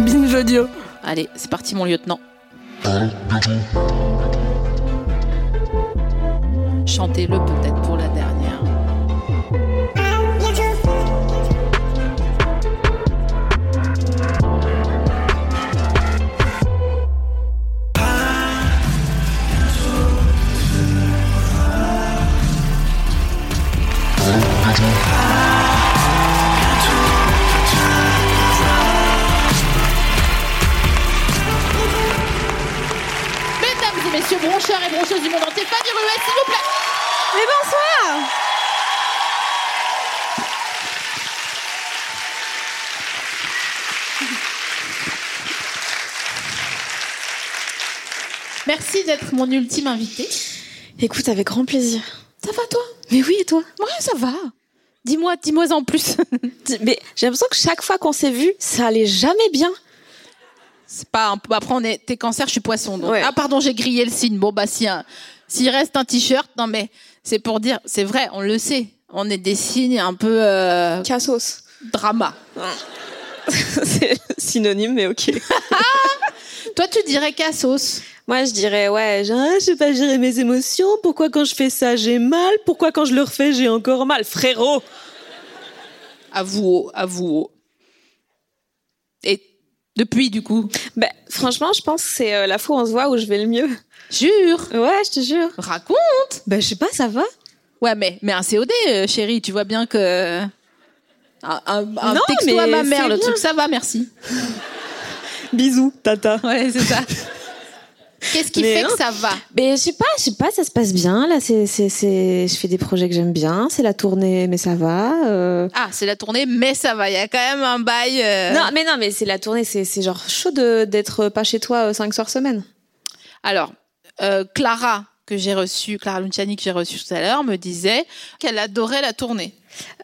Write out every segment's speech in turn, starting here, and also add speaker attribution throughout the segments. Speaker 1: Binge audio.
Speaker 2: Allez, c'est parti mon lieutenant. Chantez-le peut-être pour la dernière. Mesdames et messieurs, broncheurs et broncheuses du monde entier, Fabien Ruiz, s'il vous plaît.
Speaker 1: Mais bonsoir
Speaker 2: Merci d'être mon ultime invité.
Speaker 1: Écoute, avec grand plaisir.
Speaker 2: Ça va toi
Speaker 1: Mais oui, et toi
Speaker 2: Ouais, ça va. Dis-moi, dis-moi en plus.
Speaker 1: Dis- Mais j'ai l'impression que chaque fois qu'on s'est vu, ça allait jamais bien.
Speaker 2: C'est pas un peu. Après, on est. T'es cancer, je suis poisson. donc-
Speaker 1: Ouais.
Speaker 2: Ah, pardon, j'ai grillé le signe. Bon, bah, si un- s'il reste un t-shirt, non, mais c'est pour dire, c'est vrai, on le sait. On est des signes un peu euh,
Speaker 1: Cassos.
Speaker 2: drama.
Speaker 1: C'est le synonyme, mais ok.
Speaker 2: Toi, tu dirais cassos.
Speaker 1: Moi, je dirais, ouais, genre, ah, je sais pas gérer mes émotions. Pourquoi quand je fais ça, j'ai mal Pourquoi quand je le refais, j'ai encore mal Frérot
Speaker 2: Avouo, avouo. Et depuis, du coup,
Speaker 1: Ben, franchement, je pense que c'est euh, la fois où on se voit où je vais le mieux.
Speaker 2: jure,
Speaker 1: Ouais, je te jure.
Speaker 2: raconte.
Speaker 1: Ben, je sais pas, ça va
Speaker 2: Ouais, mais, mais un COD, euh, chérie, tu vois bien que. Un, un, un
Speaker 1: Non,
Speaker 2: texto
Speaker 1: mais
Speaker 2: à ma
Speaker 1: c'est
Speaker 2: mère, le
Speaker 1: bien.
Speaker 2: truc, ça va, merci.
Speaker 1: Bisous, tata.
Speaker 2: Ouais, c'est ça. hein. Qu'est-ce qui
Speaker 1: Mais
Speaker 2: fait
Speaker 1: non.
Speaker 2: que ça va
Speaker 1: Ben, je sais pas, je sais pas, ça se passe bien. Là, c'est, c'est, c'est... je fais des projets que j'aime bien. C'est la tournée, mais ça va. euh.
Speaker 2: Ah, c'est la tournée, mais ça va. Il y a quand même un bail. euh.
Speaker 1: Non, mais non, mais c'est la tournée, c'est, c'est genre chaud de, d'être pas chez toi euh, cinq soirs semaine.
Speaker 2: Alors, euh, Clara, que j'ai reçue, Clara Luciani, que j'ai reçue tout à l'heure, me disait qu'elle adorait la tournée.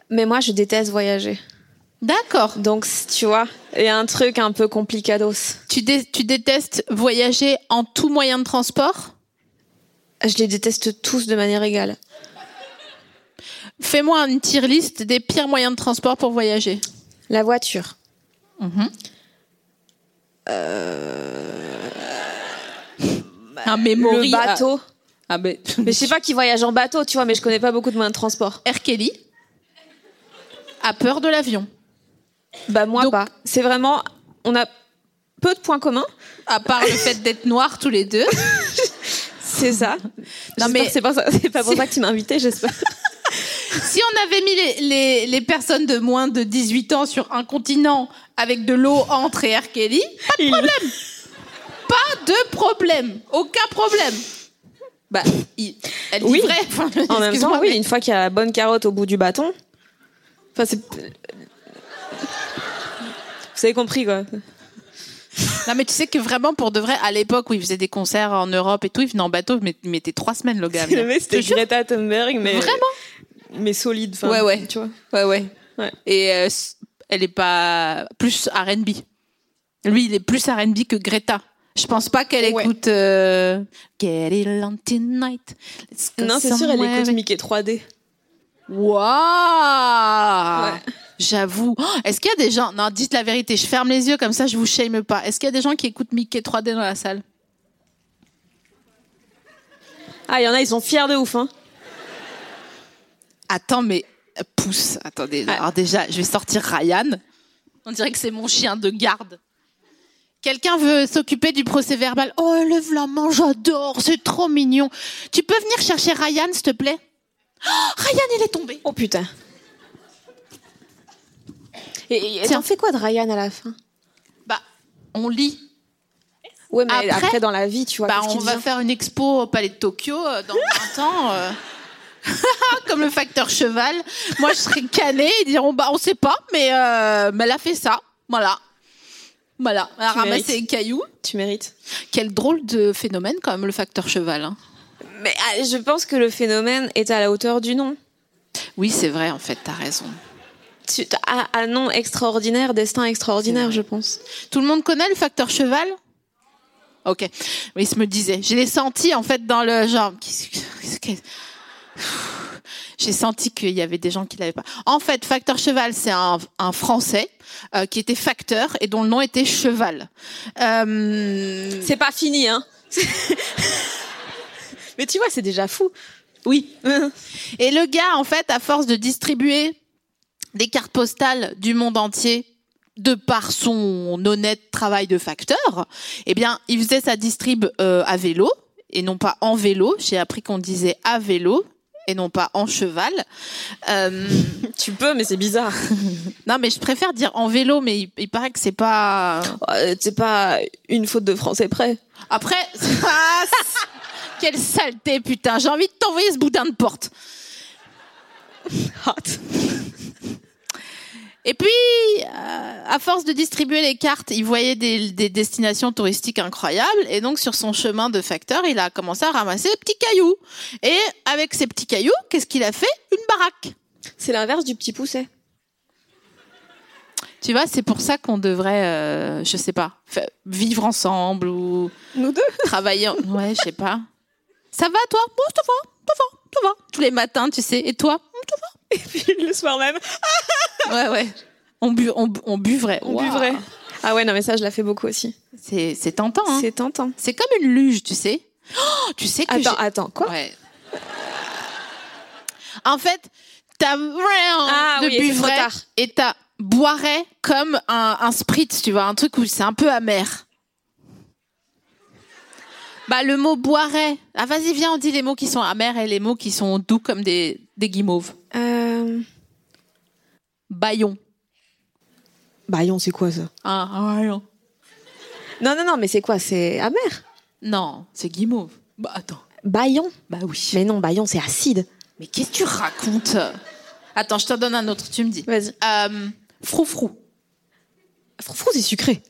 Speaker 1: Mais moi, je déteste voyager.
Speaker 2: D'accord.
Speaker 1: Donc, c- tu vois, il y a un truc un peu complicados.
Speaker 2: Tu, dé- tu détestes voyager en tout moyen de transport
Speaker 1: Je les déteste tous de manière égale.
Speaker 2: Fais-moi une tier list des pires moyens de transport pour voyager.
Speaker 1: La voiture.
Speaker 2: un mémoire.
Speaker 1: le bateau.
Speaker 2: Ah, mais...
Speaker 1: euh, Mais je sais pas qui voyage en bateau, tu vois, mais je connais pas beaucoup de moyens de transport.
Speaker 2: R. Kelly a peur de l'avion.
Speaker 1: Bah, moi,
Speaker 2: Donc-
Speaker 1: pas. C'est vraiment, on a peu de points communs.
Speaker 2: À part le fait d'être noirs tous les deux.
Speaker 1: C'est ça.
Speaker 2: Non,
Speaker 1: Non,
Speaker 2: mais-
Speaker 1: mais c'est pas, ça- c'est pas pour
Speaker 2: C'est-
Speaker 1: ça que tu m'as invité, j'espère.
Speaker 2: Si on avait mis les, les- les personnes de moins de 18 ans sur un continent avec de l'eau entre et R. Kelly,
Speaker 1: Il-
Speaker 2: pas de problème. Aucun problème. Bah, il- elle dit
Speaker 1: Oui.
Speaker 2: vrai. Enfin,
Speaker 1: En même
Speaker 2: excuse-moi,
Speaker 1: temps, oui,
Speaker 2: mais-
Speaker 1: une fois qu'il y a la bonne carotte au bout du bâton. Enfin, c'est. Vous avez compris, quoi.
Speaker 2: Non, mais tu sais que vraiment, pour de vrai, à l'époque où ils faisaient des concerts en Europe et tout, ils venaient en bateau, mais ils mettaient trois semaines, le gars. à
Speaker 1: Le
Speaker 2: venir.
Speaker 1: mec,
Speaker 2: Je
Speaker 1: c'était euh,
Speaker 2: te jure.
Speaker 1: Greta Thunberg, mais.
Speaker 2: Vraiment
Speaker 1: Mais solide, enfin.
Speaker 2: Ouais, ouais.
Speaker 1: Tu vois.
Speaker 2: Ouais, ouais.
Speaker 1: Ouais.
Speaker 2: Et euh, elle est pas plus R&B. Lui, il est plus R&B que Greta. Je pense pas qu'elle
Speaker 1: Ouais.
Speaker 2: écoute euh, Get it on tonight. Let's go
Speaker 1: Non, c'est sûr, elle
Speaker 2: somewhere.
Speaker 1: écoute Mickey 3D.
Speaker 2: Waouh
Speaker 1: Ouais.
Speaker 2: J'avoue. Oh, Est-ce qu'il y a des gens Non, dites la vérité. Je ferme les yeux comme ça, je vous shame pas. Est-ce qu'il y a des gens qui écoutent Mickey 3D dans la salle
Speaker 1: Ah, il y en a, ils sont fiers de ouf, hein.
Speaker 2: Attends, mais euh, pousse. Attendez.
Speaker 1: Ouais.
Speaker 2: Alors déjà, je vais sortir Ryan. On dirait que c'est mon chien de garde. Quelqu'un veut s'occuper du procès verbal. Oh, lève la main, j'adore, c'est trop mignon. Tu peux venir chercher Ryan, s'il te plaît Oh, Ryan, il est tombé.
Speaker 1: Oh putain. Et, et
Speaker 2: Tiens.
Speaker 1: t'en fais quoi de Ryan à la fin
Speaker 2: Bah, on lit.
Speaker 1: Ouais, mais après,
Speaker 2: Après-
Speaker 1: dans la vie, tu vois.
Speaker 2: Bah,
Speaker 1: qu'est-ce
Speaker 2: on
Speaker 1: qu'il
Speaker 2: va
Speaker 1: devient
Speaker 2: faire une expo au Palais de Tokyo euh, dans 20 ans. euh. comme le facteur cheval. Moi, je serais canée. Ils diront, bah, on sait pas, mais, euh, mais elle a fait ça. Voilà. Voilà. Elle a
Speaker 1: Tu
Speaker 2: ramassé
Speaker 1: mérites.
Speaker 2: les cailloux.
Speaker 1: Tu mérites.
Speaker 2: Quel drôle de phénomène, quand même, le facteur cheval. hein.
Speaker 1: Mais ah, je pense que le phénomène est à la hauteur du nom.
Speaker 2: Oui, c'est vrai, en fait, t'as raison.
Speaker 1: Tu, t'as- ah, ah, nom extraordinaire, destin extraordinaire, je pense.
Speaker 2: Tout le monde connaît le facteur cheval Ok. Mais il se me disait. Je l'ai senti, en fait, dans le genre. qu'est-ce que- qu'est-ce que- J'ai senti qu'il y avait des gens qui l'avaient pas. En fait, facteur cheval, c'est un, un Français euh, qui était facteur et dont le nom était cheval. Euh,
Speaker 1: C'est pas fini, hein. Mais tu vois, c'est déjà fou. Oui.
Speaker 2: Et le gars, en fait, à force de distribuer des cartes postales du monde entier de par son honnête travail de facteur, eh bien, il faisait sa distrib euh, à vélo et non pas en vélo. J'ai appris qu'on disait à vélo et non pas en cheval. Euh,
Speaker 1: tu peux, mais c'est bizarre.
Speaker 2: non, mais je préfère dire en vélo, mais il, il paraît que c'est pas.
Speaker 1: Euh, c'est pas une faute de français près.
Speaker 2: Après, ah, c- quelle saleté, putain J'ai envie de t'envoyer ce boudin de porte.
Speaker 1: Hot.
Speaker 2: Et puis, euh, à force de distribuer les cartes, il voyait des, des destinations touristiques incroyables. Et donc, sur son chemin de facteur, il a commencé à ramasser des petits cailloux. Et avec ces petits cailloux, qu'est-ce qu'il a fait Une baraque.
Speaker 1: C'est l'inverse du petit pousset.
Speaker 2: Tu vois, c'est pour ça qu'on devrait, euh, je sais pas, fa- vivre ensemble ou
Speaker 1: Nous deux.
Speaker 2: travailler. en- Ouais, je sais pas. Ça va, toi Bon, ça va, ça va, ça va. Tous les matins, tu sais. Et toi
Speaker 1: le soir même,
Speaker 2: Ouais, ouais. On, bu on, bu- on buvrait.
Speaker 1: on
Speaker 2: Waouh.
Speaker 1: buvrait. Ah ouais, non, mais ça, je la fais beaucoup aussi.
Speaker 2: C'est c'est tentant, hein.
Speaker 1: C'est tentant.
Speaker 2: C'est comme une luge, tu sais. Oh, tu sais que
Speaker 1: Attends,
Speaker 2: j'ai-
Speaker 1: attends, quoi
Speaker 2: Ouais. En fait, t'as
Speaker 1: Ah
Speaker 2: ah, de
Speaker 1: oui, c'est trop
Speaker 2: buvret
Speaker 1: tard.
Speaker 2: et t'as boirait comme un, un spritz, tu vois, un truc où c'est un peu amer. Bah le mot boirait. Ah vas-y viens, on dit les mots qui sont amers et les mots qui sont doux comme des, des guimauves.
Speaker 1: Euh...
Speaker 2: Baillon.
Speaker 1: Bayon, c'est quoi ça
Speaker 2: Ah, ah, baillon.
Speaker 1: Non, non, non, mais c'est quoi C'est amer
Speaker 2: Non, c'est guimauve. Bah attends.
Speaker 1: Bayon
Speaker 2: Bah oui.
Speaker 1: Mais non, Bayon, c'est acide.
Speaker 2: Mais qu'est-ce que tu racontes Attends, je te donne un autre, tu me dis.
Speaker 1: Vas-y.
Speaker 2: Euh, froufrou.
Speaker 1: Froufrou, c'est sucré.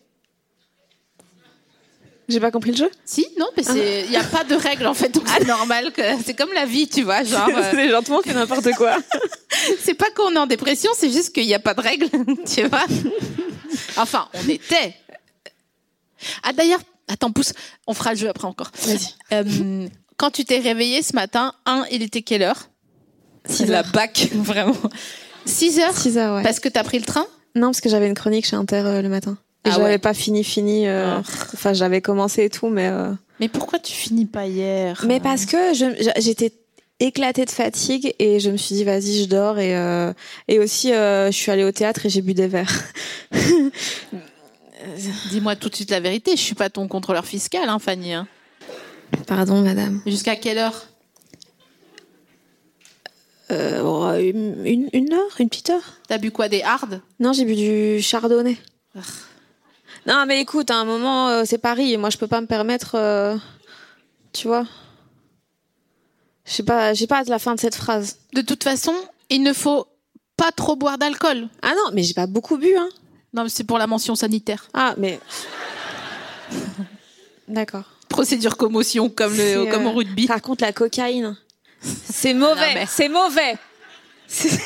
Speaker 1: J'ai pas compris le jeu
Speaker 2: Si, non, mais c'est, il n'y a pas de règle en fait, donc c'est normal que c'est comme la vie, tu vois, genre, euh,
Speaker 1: les gens, tout le monde fait n'importe quoi.
Speaker 2: c'est pas qu'on est en dépression, c'est juste qu'il n'y a pas de règle, tu vois. Enfin, on était. Ah d'ailleurs, attends, pousse, on fera le jeu après encore.
Speaker 1: Vas-y.
Speaker 2: Euh, quand tu t'es réveillé ce matin, un, il était quelle heure
Speaker 1: Six
Speaker 2: La
Speaker 1: heures.
Speaker 2: bac, vraiment. 6 heures
Speaker 1: 6 heures, ouais.
Speaker 2: Parce que t'as pris le train
Speaker 1: Non, parce que j'avais une chronique chez Inter euh, le matin. Et
Speaker 2: Ah
Speaker 1: j'avais
Speaker 2: ouais.
Speaker 1: pas fini, fini. euh,
Speaker 2: Ah.
Speaker 1: Enfin, j'avais commencé et tout, mais. euh,
Speaker 2: Mais pourquoi tu finis pas hier
Speaker 1: Mais parce que je- je- j'étais éclatée de fatigue et je me suis dit vas-y je dors et euh, et aussi euh, je suis allée au théâtre et j'ai bu des verres.
Speaker 2: Dis-moi tout de suite la vérité, je suis pas ton contrôleur fiscal, hein, Fanny. hein.
Speaker 1: Pardon madame.
Speaker 2: Jusqu'à quelle heure
Speaker 1: Euh, bon, une, une- une heure, une petite heure.
Speaker 2: T'as bu quoi Des hardes
Speaker 1: Non j'ai bu du chardonnay.
Speaker 2: Ah.
Speaker 1: Non mais écoute à un moment euh, c'est Paris et moi je peux pas me permettre euh, tu vois. Je sais pas j'ai pas hâte de la fin de cette phrase.
Speaker 2: De toute façon, il ne faut pas trop boire d'alcool.
Speaker 1: Ah non mais j'ai pas beaucoup bu hein.
Speaker 2: Non, mais c'est pour la mention sanitaire.
Speaker 1: Ah mais d'accord.
Speaker 2: Procédure commotion, comme, le,
Speaker 1: C'est,
Speaker 2: comme au
Speaker 1: euh,
Speaker 2: rugby.
Speaker 1: Par contre, la cocaïne, c'est
Speaker 2: Non,
Speaker 1: mauvais,
Speaker 2: mais-
Speaker 1: c'est mauvais. C'est-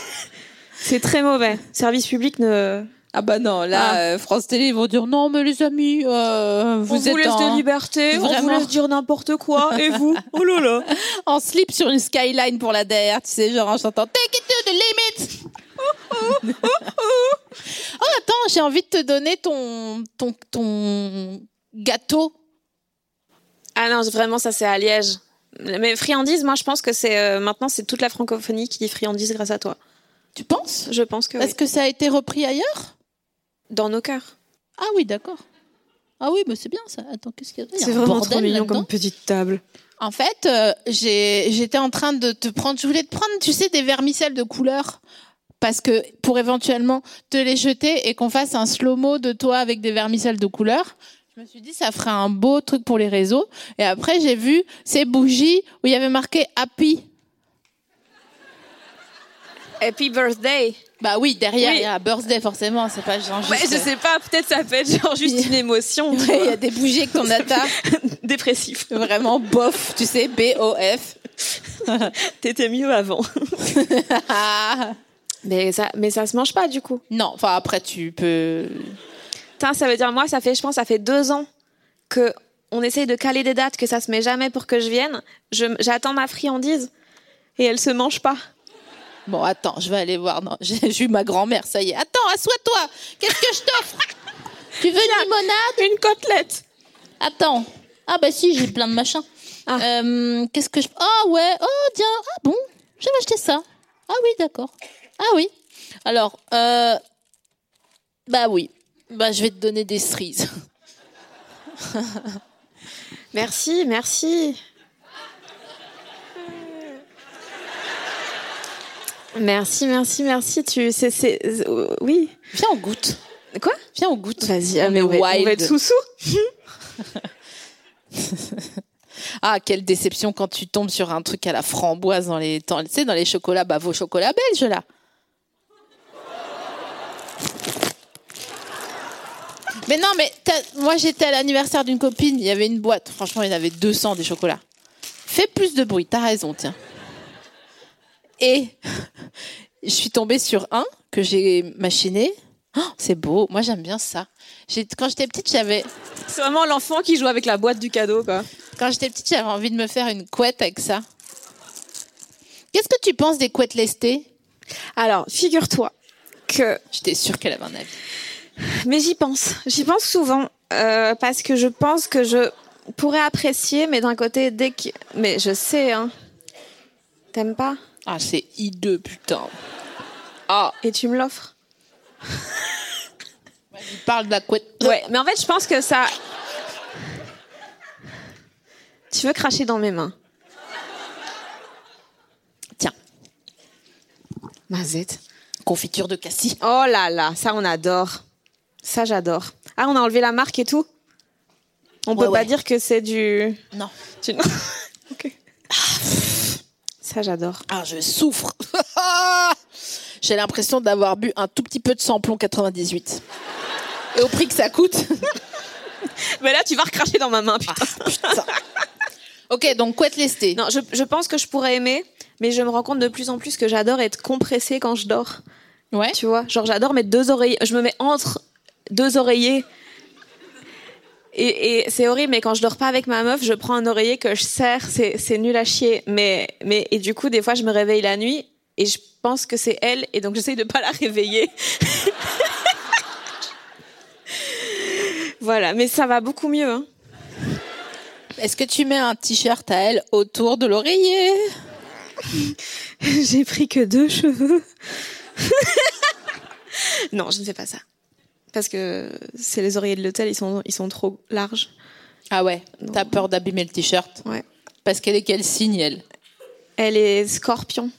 Speaker 1: C'est très mauvais. Service public ne.
Speaker 2: Ah bah non, là,
Speaker 1: Ah.
Speaker 2: euh, France Télé, ils vont dire non, mais les amis, euh, vous
Speaker 1: on
Speaker 2: êtes
Speaker 1: vous laisse
Speaker 2: en,
Speaker 1: de liberté, on vous
Speaker 2: Vraiment.
Speaker 1: laisse dire n'importe quoi, et vous Oh là là
Speaker 2: en slip sur une skyline pour la DR, tu sais, genre en chantant Take it to the limit Oh, attends, j'ai envie de te donner ton, ton, ton gâteau.
Speaker 1: Ah non, vraiment, ça c'est à Liège. Mais friandises, moi je pense que c'est. euh, maintenant, c'est toute la francophonie qui dit friandises grâce à toi.
Speaker 2: Tu penses
Speaker 1: Je pense que. oui.
Speaker 2: Est-ce que ça a été repris ailleurs
Speaker 1: Dans nos cœurs.
Speaker 2: Ah oui, d'accord. Ah oui, mais c'est bien ça. Attends, qu'est-ce qu'il y a Il y a
Speaker 1: C'est
Speaker 2: un
Speaker 1: vraiment
Speaker 2: bordel
Speaker 1: trop mignon
Speaker 2: là-dedans
Speaker 1: comme petite table.
Speaker 2: En fait, euh, j'ai- j'étais en train de te prendre. Je voulais te prendre, tu sais, des vermicelles de couleur. Parce que pour éventuellement te les jeter et qu'on fasse un slow-mo de toi avec des vermicelles de couleur, je me suis dit ça ferait un beau truc pour les réseaux. Et après j'ai vu ces bougies où il y avait marqué Happy.
Speaker 1: Happy birthday.
Speaker 2: Bah oui, derrière,
Speaker 1: Oui.
Speaker 2: il y a birthday, forcément. C'est pas genre juste.
Speaker 1: Ouais, je sais pas, peut-être ça peut être genre juste une émotion. tu
Speaker 2: Ouais, Il y a des bougies que t'en attaques.
Speaker 1: vois. Dépressif.
Speaker 2: Vraiment bof, tu sais, B-O-F.
Speaker 1: T'étais mieux avant.
Speaker 2: Ah.
Speaker 1: Mais ça, mais ça se mange pas du coup.
Speaker 2: Non, enfin après tu peux.
Speaker 1: Putain, ça veut dire moi, ça fait, je pense, ça fait deux ans que on essaye de caler des dates, que ça se met jamais pour que je vienne. Je- J'attends ma friandise et elle se mange pas.
Speaker 2: Bon, attends, je vais aller voir. Non, j'ai j'ai eu ma grand-mère, ça y est. Attends, assois-toi. Qu'est-ce que je t'offre Tu veux une limonade
Speaker 1: Une côtelette.
Speaker 2: Attends. Ah bah si, j'ai plein de machins.
Speaker 1: Ah.
Speaker 2: Euh, Qu'est-ce que je... Ah ouais, oh tiens, ah bon, je vais acheter ça. Ah oui, d'accord. Ah oui. Alors, euh... bah oui, bah je vais te donner des cerises.
Speaker 1: Merci, merci. Merci, merci, merci. Tu, c'est, c'est, euh, oui.
Speaker 2: Viens, on goûte.
Speaker 1: Quoi
Speaker 2: Viens, on goûte.
Speaker 1: Vas-y,
Speaker 2: On
Speaker 1: ah, mais
Speaker 2: est
Speaker 1: on va, on
Speaker 2: wild.
Speaker 1: va être sous-sous.
Speaker 2: Ah, quelle déception quand tu tombes sur un truc à la framboise dans les, dans, tu sais, dans les chocolats, bah vos chocolats belges là. Mais non, mais t'as- moi j'étais à l'anniversaire d'une copine, il y avait une boîte, franchement il y en avait 200 des chocolats. Fais plus de bruit, t'as raison, tiens. Et je suis tombée sur un que j'ai machiné. Oh, c'est beau, moi j'aime bien ça. J'ai- Quand j'étais petite, j'avais
Speaker 1: C'est vraiment l'enfant qui joue avec la boîte du cadeau, quoi.
Speaker 2: quand j'étais petite, j'avais envie de me faire une couette avec ça. Qu'est-ce que tu penses des couettes lestées
Speaker 1: Alors, figure-toi que
Speaker 2: J'étais sûre qu'elle avait un avis.
Speaker 1: Mais j'y pense. J'y pense souvent euh, parce que je pense que je pourrais apprécier, mais d'un côté, dès que. Mais je sais, hein. T'aimes pas
Speaker 2: Ah, c'est hideux, putain.
Speaker 1: Et tu me l'offres
Speaker 2: Il parle de la couette.
Speaker 1: Ouais, mais en fait, je pense que ça. Tu veux cracher dans mes mains
Speaker 2: Tiens,
Speaker 1: Mazette.
Speaker 2: confiture de cassis.
Speaker 1: Oh là là, ça on adore. Ça j'adore. Ah, on a enlevé la marque et tout On
Speaker 2: Ouais,
Speaker 1: peut pas
Speaker 2: ouais.
Speaker 1: dire que c'est du.
Speaker 2: Non.
Speaker 1: du- Ok. Ça j'adore.
Speaker 2: Ah, je souffre. J'ai l'impression d'avoir bu un tout petit peu de samplon 98. Et au prix que ça coûte.
Speaker 1: Mais là, tu vas recracher dans ma main, putain.
Speaker 2: putain. Ok, donc couette lestée.
Speaker 1: Ah. Non, je, je pense que je pourrais aimer, mais je me rends compte de plus en plus que j'adore être compressée quand je dors.
Speaker 2: Ouais.
Speaker 1: Tu vois, genre j'adore mettre deux oreillers. Je me mets entre deux oreillers. Et, et c'est horrible, mais quand je dors pas avec ma meuf, je prends un oreiller que je serre. C'est, c'est nul à chier. Mais, mais, et du coup, des fois, je me réveille la nuit et je pense que c'est elle, et donc j'essaye de pas la réveiller. voilà, mais ça va beaucoup mieux. hein.
Speaker 2: Est-ce que tu mets un t-shirt à elle autour de l'oreiller
Speaker 1: J'ai pris que deux cheveux. non, je ne fais pas ça. Parce que c'est les oreillers de l'hôtel, ils sont, ils sont trop larges.
Speaker 2: Ah ouais, t'as peur d'abîmer le t-shirt
Speaker 1: Ouais.
Speaker 2: Parce qu'elle est quel signe, elle
Speaker 1: Elle est scorpion.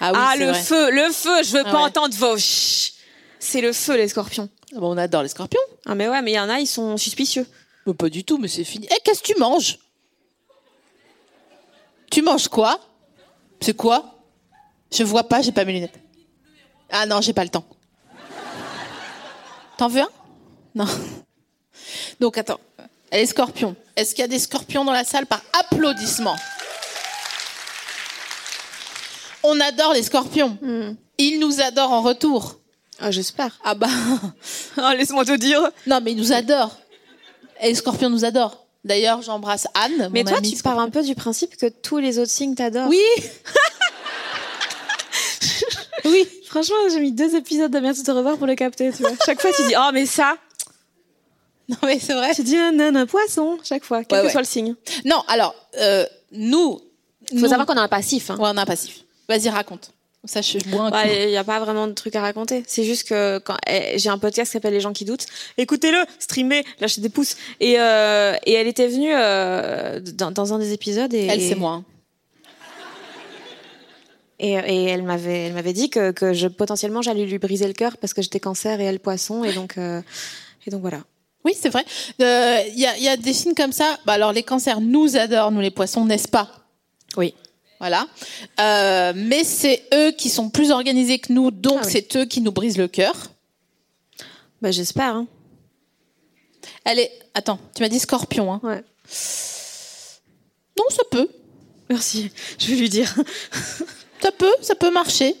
Speaker 2: Ah oui,
Speaker 1: ah,
Speaker 2: c'est
Speaker 1: le
Speaker 2: vrai.
Speaker 1: feu, le feu, je veux
Speaker 2: Ah
Speaker 1: pas
Speaker 2: ouais.
Speaker 1: entendre vos chut. C'est le feu, les scorpions.
Speaker 2: Bon, bah, on adore les scorpions.
Speaker 1: Ah, mais ouais, mais il y en a, ils sont suspicieux.
Speaker 2: Mais pas du tout, mais c'est fini. Eh, qu'est-ce que tu manges Tu manges quoi C'est quoi Je vois pas, j'ai pas mes lunettes. Ah non, j'ai pas le temps. T'en veux un Non. Donc attends, elle est scorpion. Est-ce qu'il y a des scorpions dans la salle par applaudissement On adore les scorpions. Ils nous adorent en retour.
Speaker 1: Hmm. Ah, j'espère.
Speaker 2: Ah bah.
Speaker 1: Ah, laisse-moi te dire.
Speaker 2: Non, mais il nous adore. Et les scorpions nous adorent. D'ailleurs, j'embrasse Anne.
Speaker 1: Mais
Speaker 2: mon
Speaker 1: toi,
Speaker 2: amie
Speaker 1: tu pars un peu du principe que tous les autres signes t'adorent.
Speaker 2: Oui Oui
Speaker 1: Franchement, j'ai mis deux épisodes d'Amien tout au revoir pour le capter, tu vois. Chaque fois, tu dis, oh, mais ça.
Speaker 2: Non, mais c'est vrai.
Speaker 1: Tu dis, un un poisson, chaque fois, quel
Speaker 2: Ouais,
Speaker 1: que
Speaker 2: ouais.
Speaker 1: soit le signe.
Speaker 2: Non, alors, euh, nous.
Speaker 1: Faut savoir qu'on a un passif. hein.
Speaker 2: Ouais, on a un passif. Vas-y, raconte. Comme Ça, je bois un coup.
Speaker 1: Il n'y a pas vraiment de truc à raconter. C'est juste que quand eh, j'ai un podcast qui s'appelle Les gens qui doutent. Écoutez-le, streamez, lâchez des pouces. Et, euh, et elle était venue euh, dans, dans un des épisodes. Et,
Speaker 2: Elle, c'est moi. hein.
Speaker 1: Et, et elle m'avait, elle m'avait dit que, que je potentiellement j'allais lui briser le cœur parce que j'étais cancer et elle poisson. Et donc, euh, et donc voilà.
Speaker 2: Oui, c'est vrai. Euh, Il y, a, il y a des signes comme ça. Bah, alors, les cancers nous adorent, nous les poissons, n'est-ce pas
Speaker 1: Oui.
Speaker 2: Voilà. Euh, mais c'est eux qui sont plus organisés que nous, donc
Speaker 1: Ah oui.
Speaker 2: c'est eux qui nous brisent le cœur.
Speaker 1: Bah, j'espère. Hein.
Speaker 2: Elle est. Attends, tu m'as dit scorpion, hein
Speaker 1: Ouais.
Speaker 2: Non, ça peut.
Speaker 1: Merci. Je vais lui dire.
Speaker 2: Ça peut, ça peut marcher.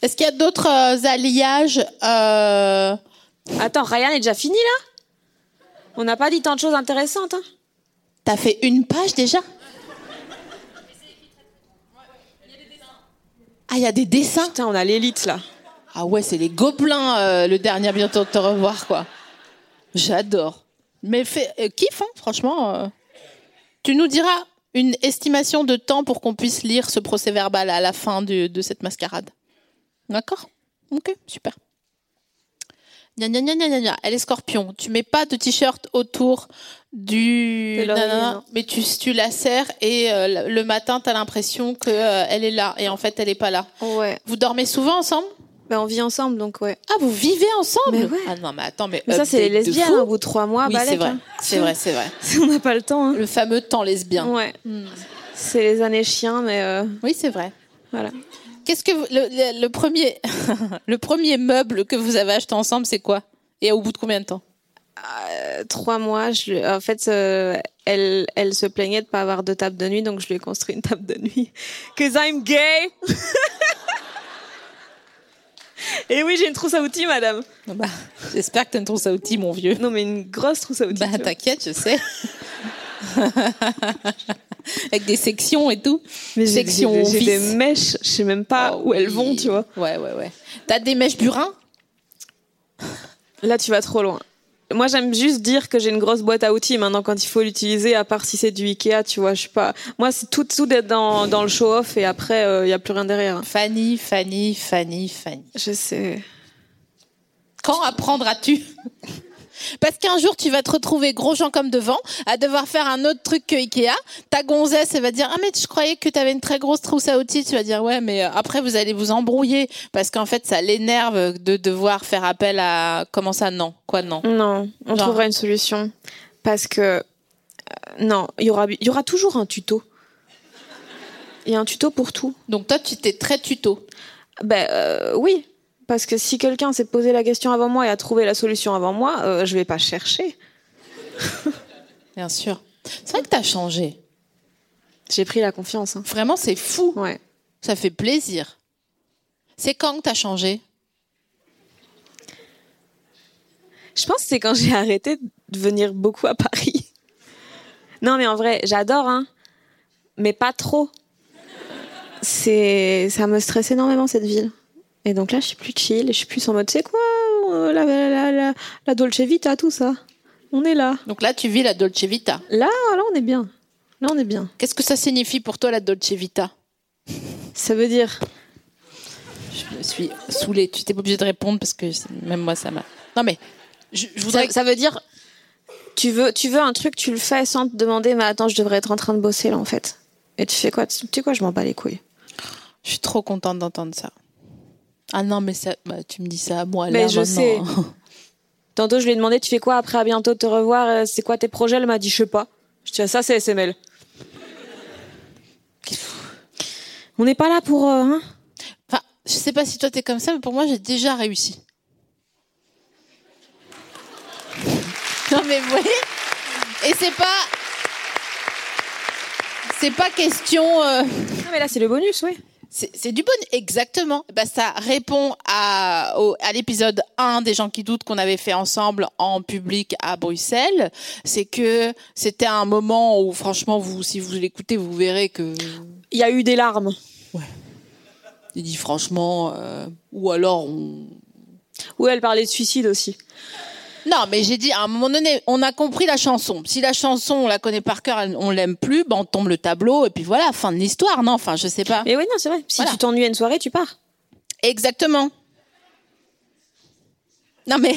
Speaker 2: Est-ce qu'il y a d'autres euh, alliages euh,
Speaker 1: Attends, Ryan est déjà fini là On n'a pas dit tant de choses intéressantes. Hein.
Speaker 2: T'as fait une page déjà Ah, il y a des dessins
Speaker 1: Putain, on a l'élite là.
Speaker 2: Ah ouais, c'est les gobelins, euh, le dernier bientôt de te revoir, quoi. J'adore. Mais fais, euh, kiffe, hein, franchement. euh. Tu nous diras une estimation de temps pour qu'on puisse lire ce procès-verbal à la fin du- de cette mascarade. D'accord Ok, super. Gna, gna, gna, gna, gna, gna. Elle est scorpion. Tu mets pas de t-shirt autour du...
Speaker 1: De l'oreiller,
Speaker 2: nanana,
Speaker 1: non.
Speaker 2: mais tu, tu la serres et euh, le matin, tu as l'impression qu'elle elle est là. Et en fait, elle est pas là.
Speaker 1: Ouais.
Speaker 2: Vous dormez souvent ensemble
Speaker 1: Bah, on vit ensemble donc ouais.
Speaker 2: ah, vous vivez ensemble
Speaker 1: Mais ouais.
Speaker 2: Ah non, mais attends, mais.
Speaker 1: Mais ça, c'est les
Speaker 2: update de
Speaker 1: lesbiennes hein,
Speaker 2: fou.
Speaker 1: au bout de trois mois.
Speaker 2: oui,
Speaker 1: balèque,
Speaker 2: c'est vrai.
Speaker 1: hein.
Speaker 2: C'est vrai, c'est vrai.
Speaker 1: on n'a pas le temps. Hein.
Speaker 2: Le fameux temps lesbien.
Speaker 1: Ouais. C'est les années chiens, mais euh,
Speaker 2: Oui, c'est vrai.
Speaker 1: voilà.
Speaker 2: Qu'est-ce que vous- le, le- le premier le premier meuble que vous avez acheté ensemble, c'est quoi Et au bout de combien de temps
Speaker 1: Euh, Trois mois, je lui- en fait, euh, elle, elle se plaignait de pas avoir de table de nuit, donc je lui ai construit une table de nuit. Cause I'm gay. Et oui, j'ai une trousse à outils, madame.
Speaker 2: Bah, j'espère que tu me trouves ça outil, mon vieux.
Speaker 1: Non, mais une grosse trousse à outils.
Speaker 2: Bah,
Speaker 1: tu vois.
Speaker 2: t'inquiète, je sais. Avec des sections et tout.
Speaker 1: Mais j'ai-
Speaker 2: sections
Speaker 1: j'ai- J'ai
Speaker 2: office.
Speaker 1: des mèches, je sais même pas
Speaker 2: Ah
Speaker 1: où elles
Speaker 2: oui.
Speaker 1: vont, tu vois.
Speaker 2: Ouais, ouais, ouais. T'as des mèches burin
Speaker 1: Là, tu vas trop loin. Moi, j'aime juste dire que j'ai une grosse boîte à outils maintenant quand il faut l'utiliser, à part si c'est du Ikea, tu vois. Je suis pas. Moi, c'est tout, tout d'être dans, dans le show-off et après, il y a plus rien derrière.
Speaker 2: Fanny, Fanny, Fanny, Fanny.
Speaker 1: Je sais.
Speaker 2: Quand apprendras-tu Parce qu'un jour, tu vas te retrouver gros gens comme devant, à devoir faire un autre truc que Ikea. Ta gonzesse, elle va dire Ah, mais je croyais que tu avais une très grosse trousse à outils. Tu vas dire Ouais, mais euh, après, vous allez vous embrouiller. Parce qu'en fait, ça l'énerve de devoir faire appel à. Comment ça Non. Quoi, non
Speaker 1: Non, on
Speaker 2: Genre.
Speaker 1: trouvera une solution. Parce que. euh, non, il y aura, il y aura toujours un tuto. Il y a un tuto pour tout.
Speaker 2: Donc, toi, tu t'es très tuto.
Speaker 1: Ben euh, oui. Parce que si quelqu'un s'est posé la question avant moi et a trouvé la solution avant moi, euh, je vais pas chercher.
Speaker 2: Bien sûr. C'est vrai que t'as changé.
Speaker 1: J'ai pris la confiance. hein.
Speaker 2: Vraiment, c'est fou.
Speaker 1: Ouais.
Speaker 2: Ça fait plaisir. C'est quand que t'as changé
Speaker 1: Je pense que c'est quand j'ai arrêté de venir beaucoup à Paris. Non, mais en vrai, j'adore, hein. Mais pas trop. C'est, ça me stresse énormément cette ville. Et donc là, je suis plus chill, je suis plus en mode, c'est quoi, euh, la, la, la, la, la Dolce Vita, tout ça. On est là.
Speaker 2: Donc là, tu vis la Dolce Vita.
Speaker 1: Là, là, on est bien. Là, on est bien.
Speaker 2: Qu'est-ce que ça signifie pour toi, la Dolce Vita
Speaker 1: Ça veut dire,
Speaker 2: Je me suis saoulée. Tu t'es pas obligée de répondre parce que c'est- même moi, ça m'a. Non, mais je, je voudrais.
Speaker 1: ça, ça veut dire, tu veux, tu veux un truc, tu le fais sans te demander, mais attends, je devrais être en train de bosser là, en fait. Et tu fais quoi? Tu tu sais quoi, je m'en bats les couilles.
Speaker 2: Je suis trop contente d'entendre ça. Ah non, mais ça, bah, tu me dis ça à moi.
Speaker 1: Mais
Speaker 2: là,
Speaker 1: je
Speaker 2: maintenant.
Speaker 1: sais. Tantôt, je lui ai demandé, tu fais quoi après, à bientôt, te revoir, euh, c'est quoi tes projets Elle m'a dit, je sais pas. Je dis, Ah, ça, c'est SML. On n'est pas là pour. euh, hein
Speaker 2: Enfin, je sais pas si toi t'es comme ça, mais pour moi, j'ai déjà réussi. Non, mais vous voyez Et c'est pas. C'est pas question. euh,
Speaker 1: Ah, mais là, c'est le bonus, oui.
Speaker 2: C'est c'est du bon, exactement. Bah, ça répond à, au- à l'épisode 1 des gens qui doutent qu'on avait fait ensemble en public à Bruxelles. C'est que c'était un moment où, franchement, vous, si vous l'écoutez, vous verrez que
Speaker 1: Il y a eu des larmes.
Speaker 2: il dit franchement, euh, ou alors on.
Speaker 1: Oui, elle parlait de suicide aussi.
Speaker 2: Non, mais j'ai dit à un moment donné, on a compris la chanson. Si la chanson, on la connaît par cœur, elle- on l'aime plus, ben on tombe le tableau et puis voilà, fin de l'histoire, non Enfin, je sais pas.
Speaker 1: Mais oui, non, c'est vrai. Si
Speaker 2: Voilà.
Speaker 1: tu t'ennuies à une soirée, tu pars.
Speaker 2: Exactement. Non mais.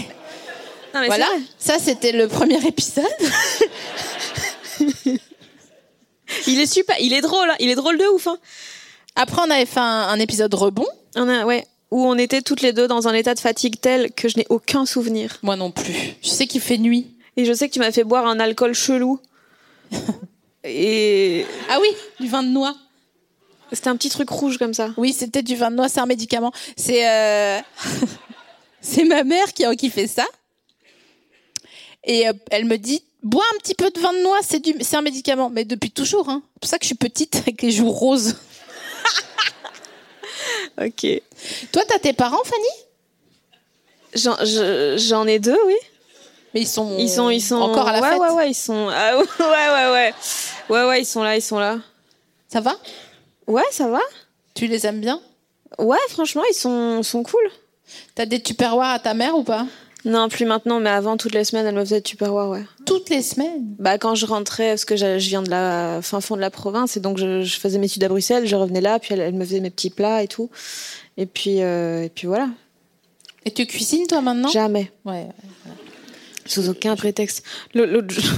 Speaker 1: Non, mais
Speaker 2: Voilà,
Speaker 1: c'est vrai.
Speaker 2: ça c'était le premier épisode.
Speaker 1: Il est super. Il est drôle, hein. Il est drôle de ouf, hein.
Speaker 2: Après, on avait fait un, un épisode rebond.
Speaker 1: On a, ouais. Où on était toutes les deux dans un état de fatigue tel que je n'ai aucun souvenir.
Speaker 2: Moi non plus. Je sais qu'il fait nuit.
Speaker 1: Et je sais que tu m'as fait boire un alcool chelou. Et.
Speaker 2: Ah oui, du vin de noix.
Speaker 1: C'était un petit truc rouge comme ça.
Speaker 2: Oui, c'était du vin de noix, c'est un médicament. C'est euh, c'est ma mère qui, qui fait ça. Et euh, elle me dit bois un petit peu de vin de noix, c'est du c'est un médicament. Mais depuis toujours, hein. C'est pour ça que je suis petite avec les joues roses.
Speaker 1: Ok.
Speaker 2: Toi, t'as tes parents, Fanny
Speaker 1: J'en je- j'en ai deux, oui.
Speaker 2: Mais ils sont
Speaker 1: Ils sont, ils sont
Speaker 2: encore à la
Speaker 1: ouais,
Speaker 2: fête.
Speaker 1: Ouais, ouais, ils sont. Ah, ouais, ouais, ouais, ouais, ouais, ouais, ils sont là, ils sont là.
Speaker 2: Ça va
Speaker 1: Ouais, ça va.
Speaker 2: Tu les aimes bien
Speaker 1: Ouais, franchement, ils sont, sont cool.
Speaker 2: T'as des tupperwares à ta mère ou pas
Speaker 1: Non, plus maintenant, mais avant, toutes les semaines, elle me faisait du tupperware, ouais.
Speaker 2: Toutes les semaines.
Speaker 1: Bah, quand je rentrais, parce que j'a- je viens de la fin fond de la province, et donc je, je faisais mes études à Bruxelles, je revenais là, puis elle, elle me faisait mes petits plats et tout. Et puis, euh, et puis voilà.
Speaker 2: Et tu cuisines toi maintenant
Speaker 1: Jamais.
Speaker 2: Ouais.
Speaker 1: Sous aucun prétexte. Le- L'autre jour,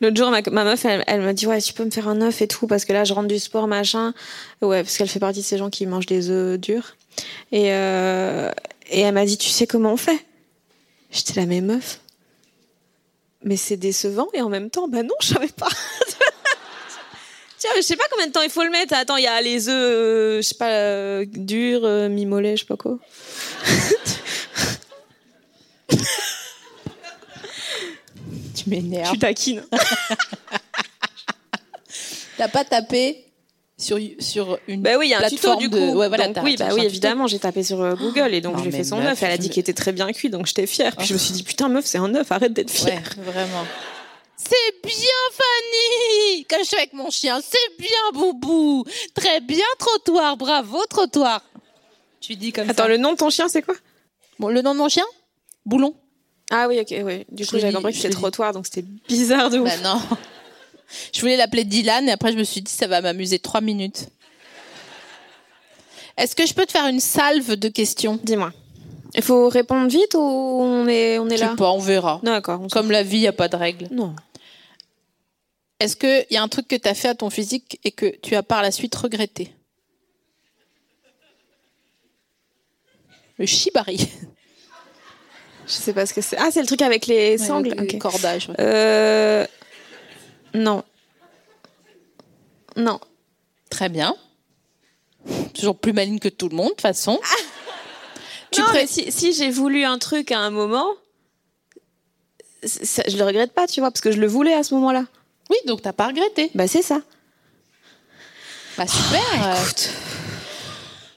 Speaker 1: l'autre jour, ma, ma meuf, elle, elle me dit ouais, tu peux me faire un œuf et tout parce que là, je rentre du sport machin. Ouais, parce qu'elle fait partie de ces gens qui mangent des œufs durs. Et euh, et elle m'a dit tu sais comment on fait J'étais la même meuf. Mais c'est décevant et en même temps, bah non, je savais pas. Tiens, mais je sais pas combien de temps il faut le mettre. Attends, il y a les œufs, euh, je sais pas, euh, durs, euh, mi-mollet, je sais pas quoi.
Speaker 2: Tu m'énerves.
Speaker 1: Tu taquines.
Speaker 2: T'as pas tapé sur sur une
Speaker 1: Bah oui, il y a un tuto
Speaker 2: plateforme
Speaker 1: du
Speaker 2: de-
Speaker 1: coup.
Speaker 2: Ouais, voilà,
Speaker 1: donc
Speaker 2: t'as-
Speaker 1: oui,
Speaker 2: t'as
Speaker 1: bah
Speaker 2: cherché
Speaker 1: oui,
Speaker 2: un tuto.
Speaker 1: évidemment, j'ai tapé sur euh, Google et donc
Speaker 2: Oh,
Speaker 1: j'ai fait
Speaker 2: mais
Speaker 1: son
Speaker 2: meuf,
Speaker 1: œuf. Elle a dit
Speaker 2: je-
Speaker 1: qu'il était très bien cuit, donc j'étais fière. Puis je me suis dit putain meuf, c'est un œuf, arrête d'être
Speaker 2: Ouais,
Speaker 1: fière.
Speaker 2: vraiment. C'est bien, Fanny Comme je suis avec mon chien, c'est bien, Boubou Très bien, trottoir, bravo, trottoir Tu dis comme
Speaker 1: Attends,
Speaker 2: ça.
Speaker 1: le nom de ton chien, c'est quoi
Speaker 2: Bon, le nom de mon chien Boulon.
Speaker 1: Ah oui, ok, ouais. Du
Speaker 2: Je
Speaker 1: coup,
Speaker 2: l'ai
Speaker 1: j'avais
Speaker 2: dit,
Speaker 1: compris que
Speaker 2: je
Speaker 1: c'était
Speaker 2: l'ai dit.
Speaker 1: trottoir, donc c'était bizarre de ouf.
Speaker 2: Bah non. Je voulais l'appeler Dylan et après je me suis dit ça va m'amuser trois minutes. Est-ce que je peux te faire une salve de questions
Speaker 1: Dis-moi, il faut répondre vite ou on est on
Speaker 2: Je
Speaker 1: est
Speaker 2: sais
Speaker 1: là
Speaker 2: pas, on verra.
Speaker 1: Non, d'accord. on s'en-
Speaker 2: Comme la vie, il n'y a pas de règle.
Speaker 1: Non.
Speaker 2: Est-ce qu'il y a un truc que tu as fait à ton physique et que tu as par la suite regretté Le shibari.
Speaker 1: Je sais pas ce que c'est. Ah, c'est le truc avec les sangles.
Speaker 2: Ouais, le- le
Speaker 1: ok.
Speaker 2: cordage. ouais.
Speaker 1: Euh... Non. Non.
Speaker 2: Très bien. Toujours plus maligne que tout le monde, de toute façon. Ah. tu
Speaker 1: non,
Speaker 2: pré-
Speaker 1: mais si, si j'ai voulu un truc à un moment, c- ça- je le regrette pas, tu vois, parce que je le voulais à ce moment-là.
Speaker 2: Oui, donc t'as pas regretté.
Speaker 1: Bah c'est ça.
Speaker 2: Bah super. euh.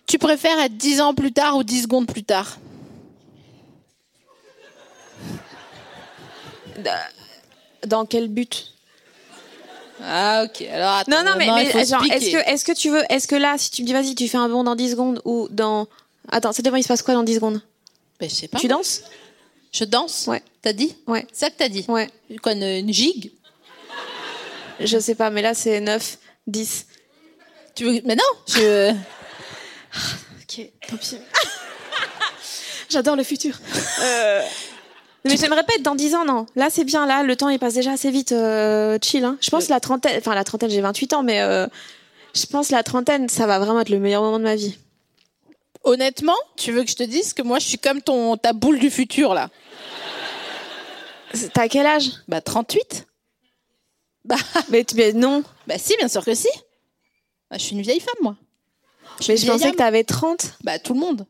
Speaker 2: Tu préfères être 10 ans plus tard ou 10 secondes plus tard
Speaker 1: Dans quel but
Speaker 2: Ah ok. Alors attends,
Speaker 1: Non, non, mais,
Speaker 2: il faut
Speaker 1: mais
Speaker 2: se
Speaker 1: genre,
Speaker 2: piquer.
Speaker 1: est-ce que, est-ce que tu veux, est-ce que là, si tu me dis vas-y, tu fais un bond dans 10 secondes ou dans... Attends, ça dépend, il se passe quoi dans 10 secondes
Speaker 2: Ben, je sais pas.
Speaker 1: Tu danses
Speaker 2: Je danse
Speaker 1: Ouais.
Speaker 2: T'as dit
Speaker 1: Ouais.
Speaker 2: C'est ça que t'as dit
Speaker 1: Ouais.
Speaker 2: Quoi, une, une gigue
Speaker 1: Je sais pas, mais là c'est 9, 10.
Speaker 2: Tu veux... Mais non je...
Speaker 1: Ok, tant pis. J'adore le futur. Euh, Mais j'aimerais pas être dans 10 ans, non. Là, c'est bien, là, le temps, il passe déjà assez vite. euh, chill, hein. Je pense la trentaine, enfin, la trentaine, j'ai 28 ans, mais euh, je pense la trentaine, ça va vraiment être le meilleur moment de ma vie.
Speaker 2: Honnêtement, tu veux que je te dise que moi, je suis comme ton, ta boule du futur, là
Speaker 1: C'est- T'as quel âge
Speaker 2: Bah, 38 Bah,
Speaker 1: mais, tu- mais non.
Speaker 2: bah si, bien sûr que si. Bah, je suis une vieille femme, moi. suis
Speaker 1: Mais je
Speaker 2: vieille
Speaker 1: pensais
Speaker 2: âme.
Speaker 1: que t'avais 30.
Speaker 2: Bah, tout le monde.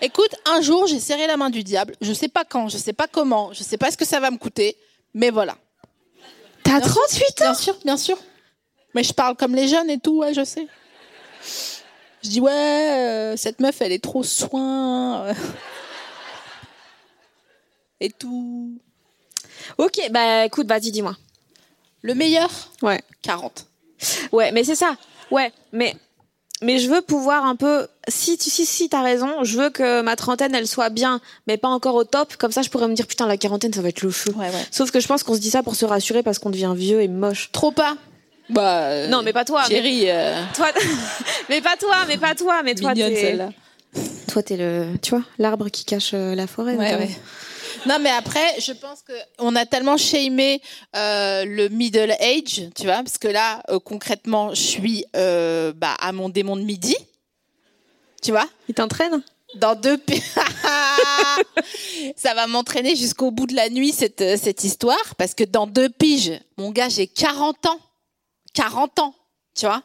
Speaker 2: Écoute, un jour, j'ai serré la main du diable. Je sais pas quand, je sais pas comment, je sais pas ce que ça va me coûter, mais voilà.
Speaker 1: T'as
Speaker 2: Bien sûr,
Speaker 1: 38 ans
Speaker 2: Bien sûr, bien sûr. Mais je parle comme les jeunes et tout, ouais, je sais. Je dis, ouais, euh, cette meuf, elle est trop soin. euh, et tout.
Speaker 1: Ok, bah écoute, vas-y, dis-moi.
Speaker 2: Le meilleur
Speaker 1: Ouais.
Speaker 2: 40.
Speaker 1: Ouais, mais c'est ça. Ouais, mais mais je veux pouvoir un peu si tu si si t'as raison, je veux que ma trentaine elle soit bien, mais pas encore au top. Comme ça, je pourrais me dire putain la quarantaine ça va être le feu.
Speaker 2: Ouais, ouais.
Speaker 1: Sauf que je pense qu'on se dit ça pour se rassurer parce qu'on devient vieux et moche.
Speaker 2: Trop pas Bah. euh,
Speaker 1: Non, mais pas toi, mais-
Speaker 2: Chérie, euh,
Speaker 1: Toi, mais pas toi, mais pas toi, mais toi
Speaker 2: mignonne
Speaker 1: t'es
Speaker 2: celle-là.
Speaker 1: toi t'es le tu vois l'arbre qui cache euh, la forêt.
Speaker 2: Ouais,
Speaker 1: notamment.
Speaker 2: ouais. Non, mais après, je pense que on a tellement shamé euh, le middle age, tu vois, parce que là, euh, concrètement, je suis euh, bah, à mon démon de midi, tu vois.
Speaker 1: Il t'entraîne
Speaker 2: Dans deux pays. ça va m'entraîner jusqu'au bout de la nuit, cette, euh, cette histoire. Parce que dans deux piges, mon gars, j'ai 40 ans. 40 ans, tu vois.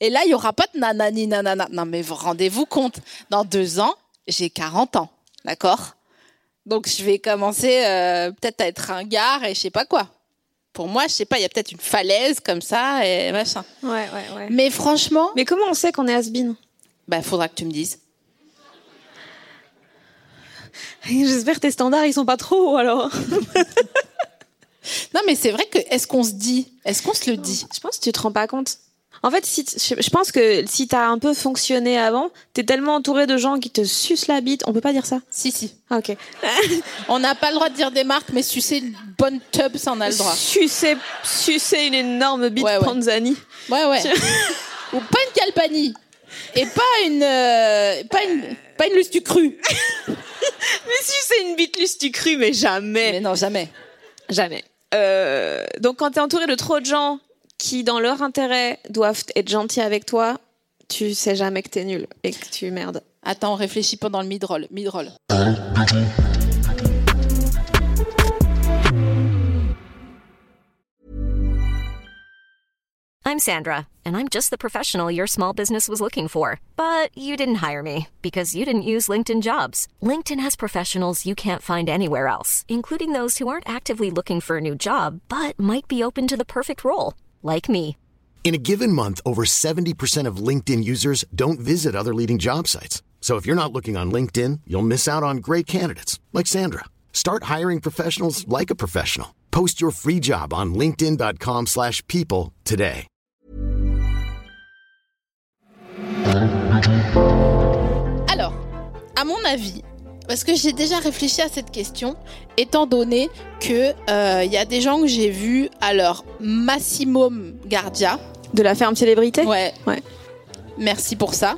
Speaker 2: Et là, il y aura pas de nanani nanana. Non, mais vous rendez-vous compte, dans deux ans, j'ai 40 ans, d'accord Donc, je vais commencer euh, peut-être à être un gars et je sais pas quoi. Pour moi, je sais pas, il y a peut-être une falaise comme ça et machin.
Speaker 1: Ouais, ouais, ouais.
Speaker 2: Mais franchement,
Speaker 1: Mais comment on sait qu'on est has-been
Speaker 2: bah, faudra que tu me dises.
Speaker 1: J'espère que tes standards, ils sont pas trop hauts, alors.
Speaker 2: Non, mais c'est vrai que, est-ce qu'on se dit Est-ce qu'on se le dit
Speaker 1: Je pense que tu te rends pas compte. En fait, si t- je je pense que si t'as un peu fonctionné avant, t'es tellement entouré de gens qui te sucent la bite. On peut pas dire ça.
Speaker 2: Si, si.
Speaker 1: Ah, ok.
Speaker 2: On n'a pas le droit de dire des marques, mais sucer une bonne tub, ça, on a le droit.
Speaker 1: Sucer, sucer une énorme bite
Speaker 2: Ouais, ouais.
Speaker 1: Panzani.
Speaker 2: Ouais, ouais. Ou pas une calpanie. Et pas une, euh, pas une, pas une lustu crue.
Speaker 1: Mais sucer une bite lustucrue, mais jamais.
Speaker 2: Mais non, jamais.
Speaker 1: Jamais. Euh, donc quand t'es entouré de trop de gens qui, dans leur intérêt, doivent être gentils avec toi, tu sais jamais que t'es nul et que tu merdes.
Speaker 2: Attends, on réfléchit pendant le mid-roll. Mid-roll.
Speaker 3: I'm Sandra, and I'm just the professional your small business was looking for. But you didn't hire me because you didn't use LinkedIn jobs. LinkedIn has professionals you can't find anywhere else, including those who aren't actively looking for a new job but might be open to the perfect role, like me.
Speaker 4: In a given month, over 70% of LinkedIn users don't visit other leading job sites. So if you're not looking on LinkedIn, you'll miss out on great candidates like Sandra. Start hiring professionals like a professional. Post your free job on linkedin.com/people slash people today.
Speaker 2: Alors, à mon avis, parce que j'ai déjà réfléchi à cette question, étant donné que euh, il y a des gens que j'ai vus à leur maximum Gardia.
Speaker 1: De la ferme célébrité
Speaker 2: Ouais.
Speaker 1: Ouais.
Speaker 2: Merci pour ça.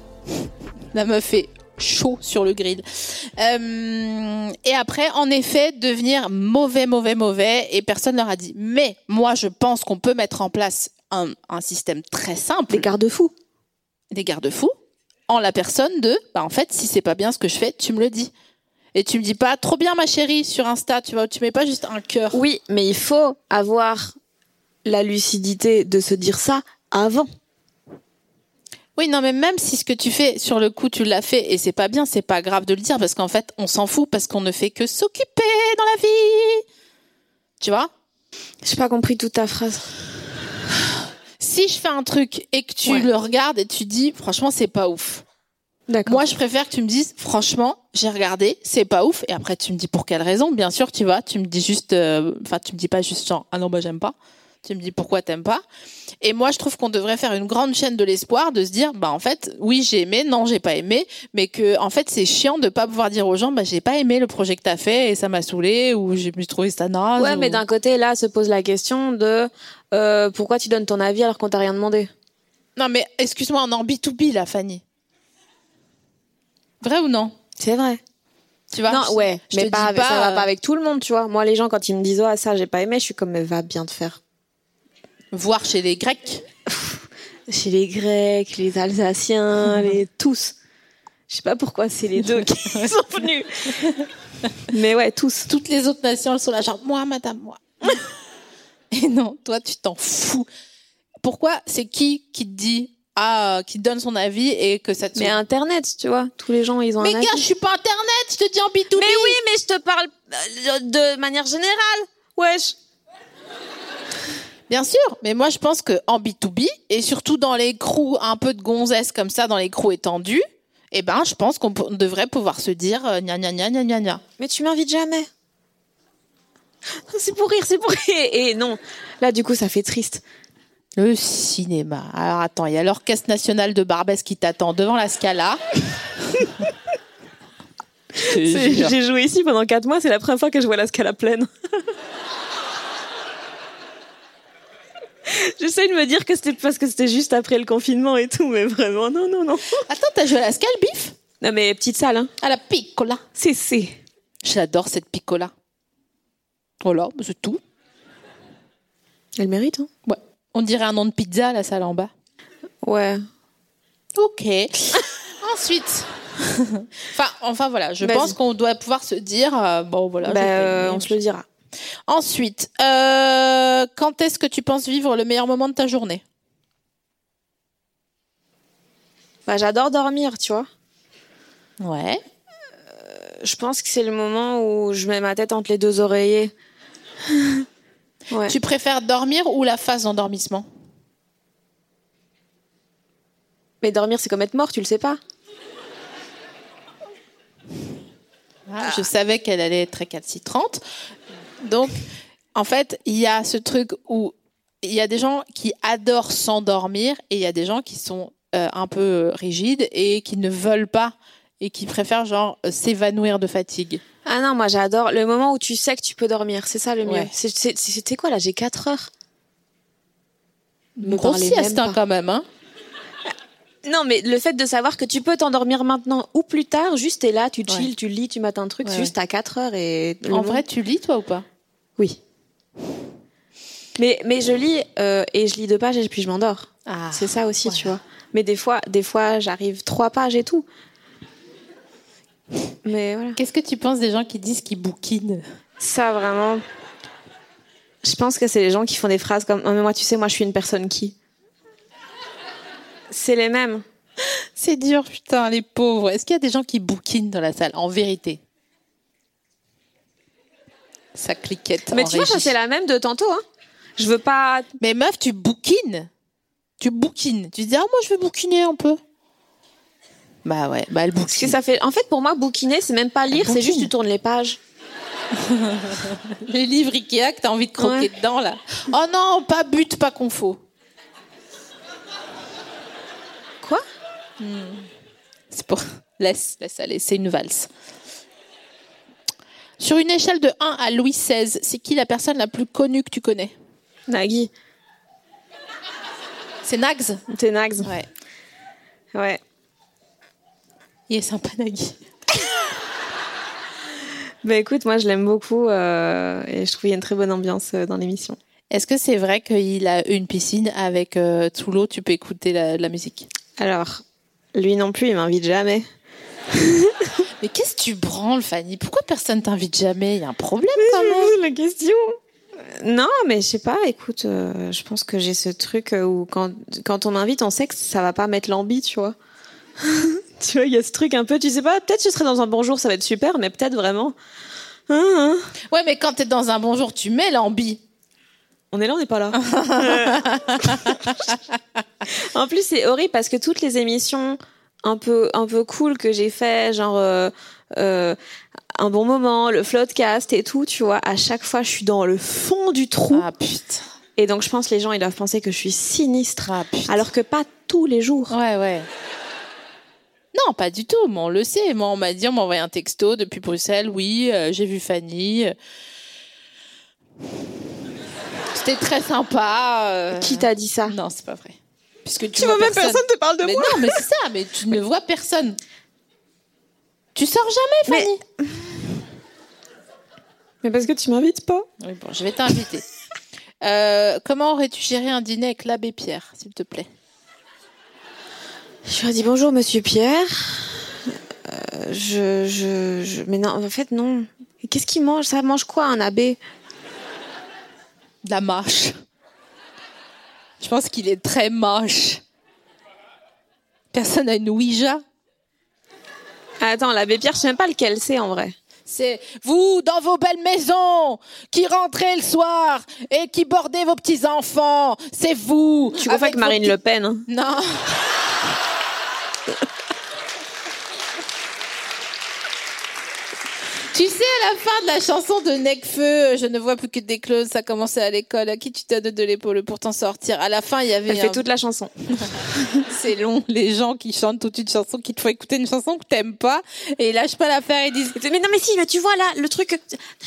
Speaker 2: La meuf fait chaud sur le grill. Euh, et après, en effet, devenir mauvais, mauvais, mauvais, et personne ne leur a dit. Mais moi, je pense qu'on peut mettre en place un, un système très simple
Speaker 1: Des garde-fous.
Speaker 2: des garde-fous en la personne de bah en fait si c'est pas bien ce que je fais tu me le dis et tu me dis pas trop bien ma chérie sur Insta tu vois tu mets pas juste un cœur
Speaker 1: Oui, mais il faut avoir la lucidité de se dire ça avant.
Speaker 2: oui non mais même si ce que tu fais sur le coup tu l'as fait et c'est pas bien c'est pas grave de le dire parce qu'en fait on s'en fout parce qu'on ne fait que s'occuper dans la vie tu vois
Speaker 1: J'ai pas compris toute ta phrase.
Speaker 2: si je fais un truc et que tu
Speaker 1: Ouais.
Speaker 2: le regardes et tu dis franchement c'est pas ouf
Speaker 1: D'accord.
Speaker 2: Moi, je préfère que tu me dises, franchement, j'ai regardé, c'est pas ouf. Et après, tu me dis pour quelle raison, bien sûr, tu vois. Tu me dis juste, euh, enfin, tu me dis pas juste genre, ah non, bah, j'aime pas. Tu me dis pourquoi t'aimes pas. Et moi, je trouve qu'on devrait faire une grande chaîne de l'espoir, de se dire, bah, en fait, oui, j'ai aimé, non, j'ai pas aimé. Mais que, en fait, c'est chiant de pas pouvoir dire aux gens, bah, j'ai pas aimé le projet que t'as fait et ça m'a saoulé ou j'ai pu trouver ça naze.
Speaker 1: ouais,
Speaker 2: ou-
Speaker 1: mais d'un côté, là, se pose la question de euh, pourquoi tu donnes ton avis alors qu'on t'a rien demandé.
Speaker 2: Non, mais excuse-moi, on est en B2B, là, Fanny. Vrai ou non?
Speaker 1: C'est vrai.
Speaker 2: Tu vois?
Speaker 1: non, ouais,
Speaker 2: Bah, je te
Speaker 1: mais
Speaker 2: dis
Speaker 1: pas, avec- ça va
Speaker 2: euh,
Speaker 1: pas avec tout le monde, tu vois. Moi, les gens, quand ils me disent, oh, ça, j'ai pas aimé, je suis comme, mais va bien te faire.
Speaker 2: euh, Voir chez les Grecs.
Speaker 1: Chez les Grecs, les Alsaciens, les tous. Je sais pas pourquoi c'est les deux qui sont venus. Mais ouais, tous.
Speaker 2: toutes les autres nations, elles sont là, genre, moi, madame, moi. et non, toi, tu t'en fous. Pourquoi c'est qui qui te dit, ah, euh, qui te donne son avis et que ça te
Speaker 1: Mais
Speaker 2: saoule
Speaker 1: Internet, tu vois, tous les gens, ils ont
Speaker 2: Mais
Speaker 1: un
Speaker 2: gars,
Speaker 1: avis.
Speaker 2: je suis pas Internet, je te dis en B2B.
Speaker 1: Mais oui, mais je te parle euh, de manière générale. Wesh.
Speaker 2: Bien sûr, mais moi, je pense que en B2B, et surtout dans les crews un peu de gonzesse comme ça, dans les crews étendus, eh ben, je pense qu'on peut- devrait pouvoir se dire, euh, gna gna gna gna gna gna.
Speaker 1: Mais tu m'invites jamais. C'est pour rire, c'est pour rire. Et non. Là, du coup, ça fait triste.
Speaker 2: Le cinéma. Alors attends, il y a l'Orchestre national de Barbès qui t'attend devant la Scala. Je te
Speaker 1: C'est-
Speaker 2: jure.
Speaker 1: J'ai joué ici pendant 4 mois, c'est la première fois que je vois la Scala pleine. J'essaie de me dire que c'était parce que c'était juste après le confinement et tout, mais vraiment, non, non, non.
Speaker 2: Attends, t'as joué à la Scala, bif
Speaker 1: Non, mais petite salle, hein.
Speaker 2: À la piccola.
Speaker 1: C'est, c'est.
Speaker 2: J'adore cette piccola. Voilà, bah, c'est tout.
Speaker 1: Elle mérite, hein.
Speaker 2: Ouais. On dirait un nom de pizza, la salle en bas.
Speaker 1: Ouais.
Speaker 2: Ok. Ensuite. enfin, enfin voilà, je
Speaker 1: Vas-y.
Speaker 2: pense qu'on doit pouvoir se dire, euh, bon voilà, j'ai
Speaker 1: Bah,
Speaker 2: pas
Speaker 1: euh,
Speaker 2: aimé.
Speaker 1: on se le dira.
Speaker 2: Ensuite, euh, quand est-ce que tu penses vivre le meilleur moment de ta journée
Speaker 1: bah, j'adore dormir, tu vois.
Speaker 2: Ouais.
Speaker 1: Je pense que c'est le moment où je mets ma tête entre les deux oreillers. ouais.
Speaker 2: Tu préfères dormir ou la phase d'endormissement
Speaker 1: Mais dormir, c'est comme être mort, tu le sais pas.
Speaker 2: Ah, Je savais qu'elle allait être récalcitrante. Donc, en fait, il y a ce truc où il y a des gens qui adorent s'endormir et il y a des gens qui sont euh, un peu rigides et qui ne veulent pas et qui préfèrent genre euh, s'évanouir de fatigue.
Speaker 1: Ah non, moi j'adore le moment où tu sais que tu peux dormir, c'est ça le mieux.
Speaker 2: Ouais.
Speaker 1: C'est- c'est- C'était quoi là J'ai 4 heures. Me
Speaker 2: Gros
Speaker 1: parlez
Speaker 2: sieste
Speaker 1: même
Speaker 2: hein,
Speaker 1: pas.
Speaker 2: quand même. Hein.
Speaker 1: Non, mais le fait de savoir que tu peux t'endormir maintenant ou plus tard, juste t'es là, tu chill, tu lis, tu mates un truc,
Speaker 2: Ouais,
Speaker 1: c'est juste à 4 heures et. le
Speaker 2: En
Speaker 1: monde-
Speaker 2: vrai, tu lis toi ou pas
Speaker 1: Oui. Mais, mais je lis euh, et je lis deux pages et puis je m'endors.
Speaker 2: Ah,
Speaker 1: c'est ça aussi, tu
Speaker 2: voilà.
Speaker 1: vois. Mais des fois, des fois j'arrive trois pages et tout. Mais voilà.
Speaker 2: Qu'est-ce que tu penses des gens qui disent qu'ils bouquinent
Speaker 1: Ça, vraiment. Je pense que c'est les gens qui font des phrases comme Ah, mais Moi, tu sais, moi, je suis une personne qui. C'est les mêmes.
Speaker 2: C'est dur, putain, les pauvres. Est-ce qu'il y a des gens qui bouquinent dans la salle En vérité. Ça cliquette.
Speaker 1: Mais
Speaker 2: en
Speaker 1: tu vois, ça,
Speaker 2: régie.
Speaker 1: c'est la même de tantôt. Hein. Je veux pas.
Speaker 2: Mais meuf, tu bouquines. Tu bouquines. Tu te dis, ah, moi, je vais bouquiner un peu. Bah ouais, bah elle
Speaker 1: Parce que
Speaker 2: bouquine.
Speaker 1: ça fait. En fait, pour moi, bouquiner, c'est même pas lire, c'est
Speaker 2: Bouquine.
Speaker 1: juste tu tournes les pages.
Speaker 2: Les livres Ikea que t'as envie de
Speaker 1: Ouais.
Speaker 2: croquer dedans, là. Oh non, pas but, pas confo.
Speaker 1: Quoi
Speaker 2: C'est pour... Laisse, laisse aller, c'est une valse. Sur une échelle de 1 à Louis XVI, c'est qui la personne la plus connue que tu connais
Speaker 1: Nagui,
Speaker 2: C'est Nags
Speaker 1: t'es Nags.
Speaker 2: Ouais.
Speaker 1: Ouais.
Speaker 2: Il est sympa, Nagui.
Speaker 1: Bah écoute, moi, je l'aime beaucoup euh, et je trouve qu'il y a une très bonne ambiance euh, dans l'émission.
Speaker 2: Est-ce que c'est vrai qu'il a une piscine avec euh, sous l'eau, tu peux écouter la, la musique
Speaker 1: Alors, lui non plus, il m'invite jamais.
Speaker 2: Mais qu'est-ce que tu branles, Fanny Pourquoi personne t'invite jamais Il y a un problème quand
Speaker 1: Je
Speaker 2: même.
Speaker 1: me pose la question. Euh, Non, mais je sais pas, écoute, euh, je pense que j'ai ce truc euh, où quand, quand on m'invite, on sait que ça va pas mettre l'ambi, tu vois. tu vois, il y a ce truc un peu, tu sais pas, peut-être je serais dans un bon jour, ça va être super, mais peut-être vraiment. Hein, hein.
Speaker 2: Ouais, mais quand t'es dans un bon jour, tu mets l'ambi.
Speaker 1: On est là, on n'est pas là. en plus, c'est horrible parce que toutes les émissions un peu un peu cool que j'ai fait, genre euh, euh, un bon moment, le floodcast et tout, tu vois, à chaque fois, je suis dans le fond du trou.
Speaker 2: Ah putain.
Speaker 1: Et donc, je pense que les gens, ils doivent penser que je suis sinistre.
Speaker 2: Ah putain.
Speaker 1: Alors que pas tous les jours.
Speaker 2: Ouais, ouais. Non, pas du tout, mais on le sait. Moi, on m'a dit, on m'a envoyé un texto depuis Bruxelles. Oui, euh, j'ai vu Fanny. C'était très sympa. euh.
Speaker 1: Qui t'a dit ça
Speaker 2: Non, c'est pas vrai. Puisque
Speaker 1: Tu vois, même personne te parle de
Speaker 2: mais
Speaker 1: moi.
Speaker 2: non, mais c'est ça, mais tu ne vois personne. Tu sors jamais, Fanny
Speaker 1: Mais parce que tu m'invites pas.
Speaker 2: Oui, bon, je vais t'inviter. Euh, comment aurais-tu géré un dîner avec l'abbé Pierre, s'il te plaît
Speaker 1: Je lui ai dit bonjour, monsieur Pierre. Euh, je, je, je- Mais non, en fait, non. Et Qu'est-ce qu'il mange Ça mange quoi, un abbé
Speaker 2: De La mâche. Je pense qu'il est très moche. Personne n'a une Ouija.
Speaker 1: Attends, l'abbé Pierre, je sais même pas lequel c'est en vrai.
Speaker 2: C'est vous, dans vos belles maisons, qui rentrez le soir et qui bordez vos petits-enfants. C'est vous.
Speaker 1: Tu confonds avec
Speaker 2: vos
Speaker 1: Marine
Speaker 2: petits-
Speaker 1: Le Pen. hein.
Speaker 2: Non. tu sais, à la fin de la chanson de Necfeu, je ne vois plus que des closes, ça commençait à l'école, à qui tu t'as donné de l'épaule pour t'en sortir. À la fin, il y avait
Speaker 1: Elle fait
Speaker 2: un-
Speaker 1: toute la chanson.
Speaker 2: c'est long, les gens qui chantent toute une chanson, qui te font écouter une chanson que t'aimes pas, et ils lâchent pas l'affaire, ils disent,
Speaker 1: Mais non, mais si, mais tu vois là, le truc.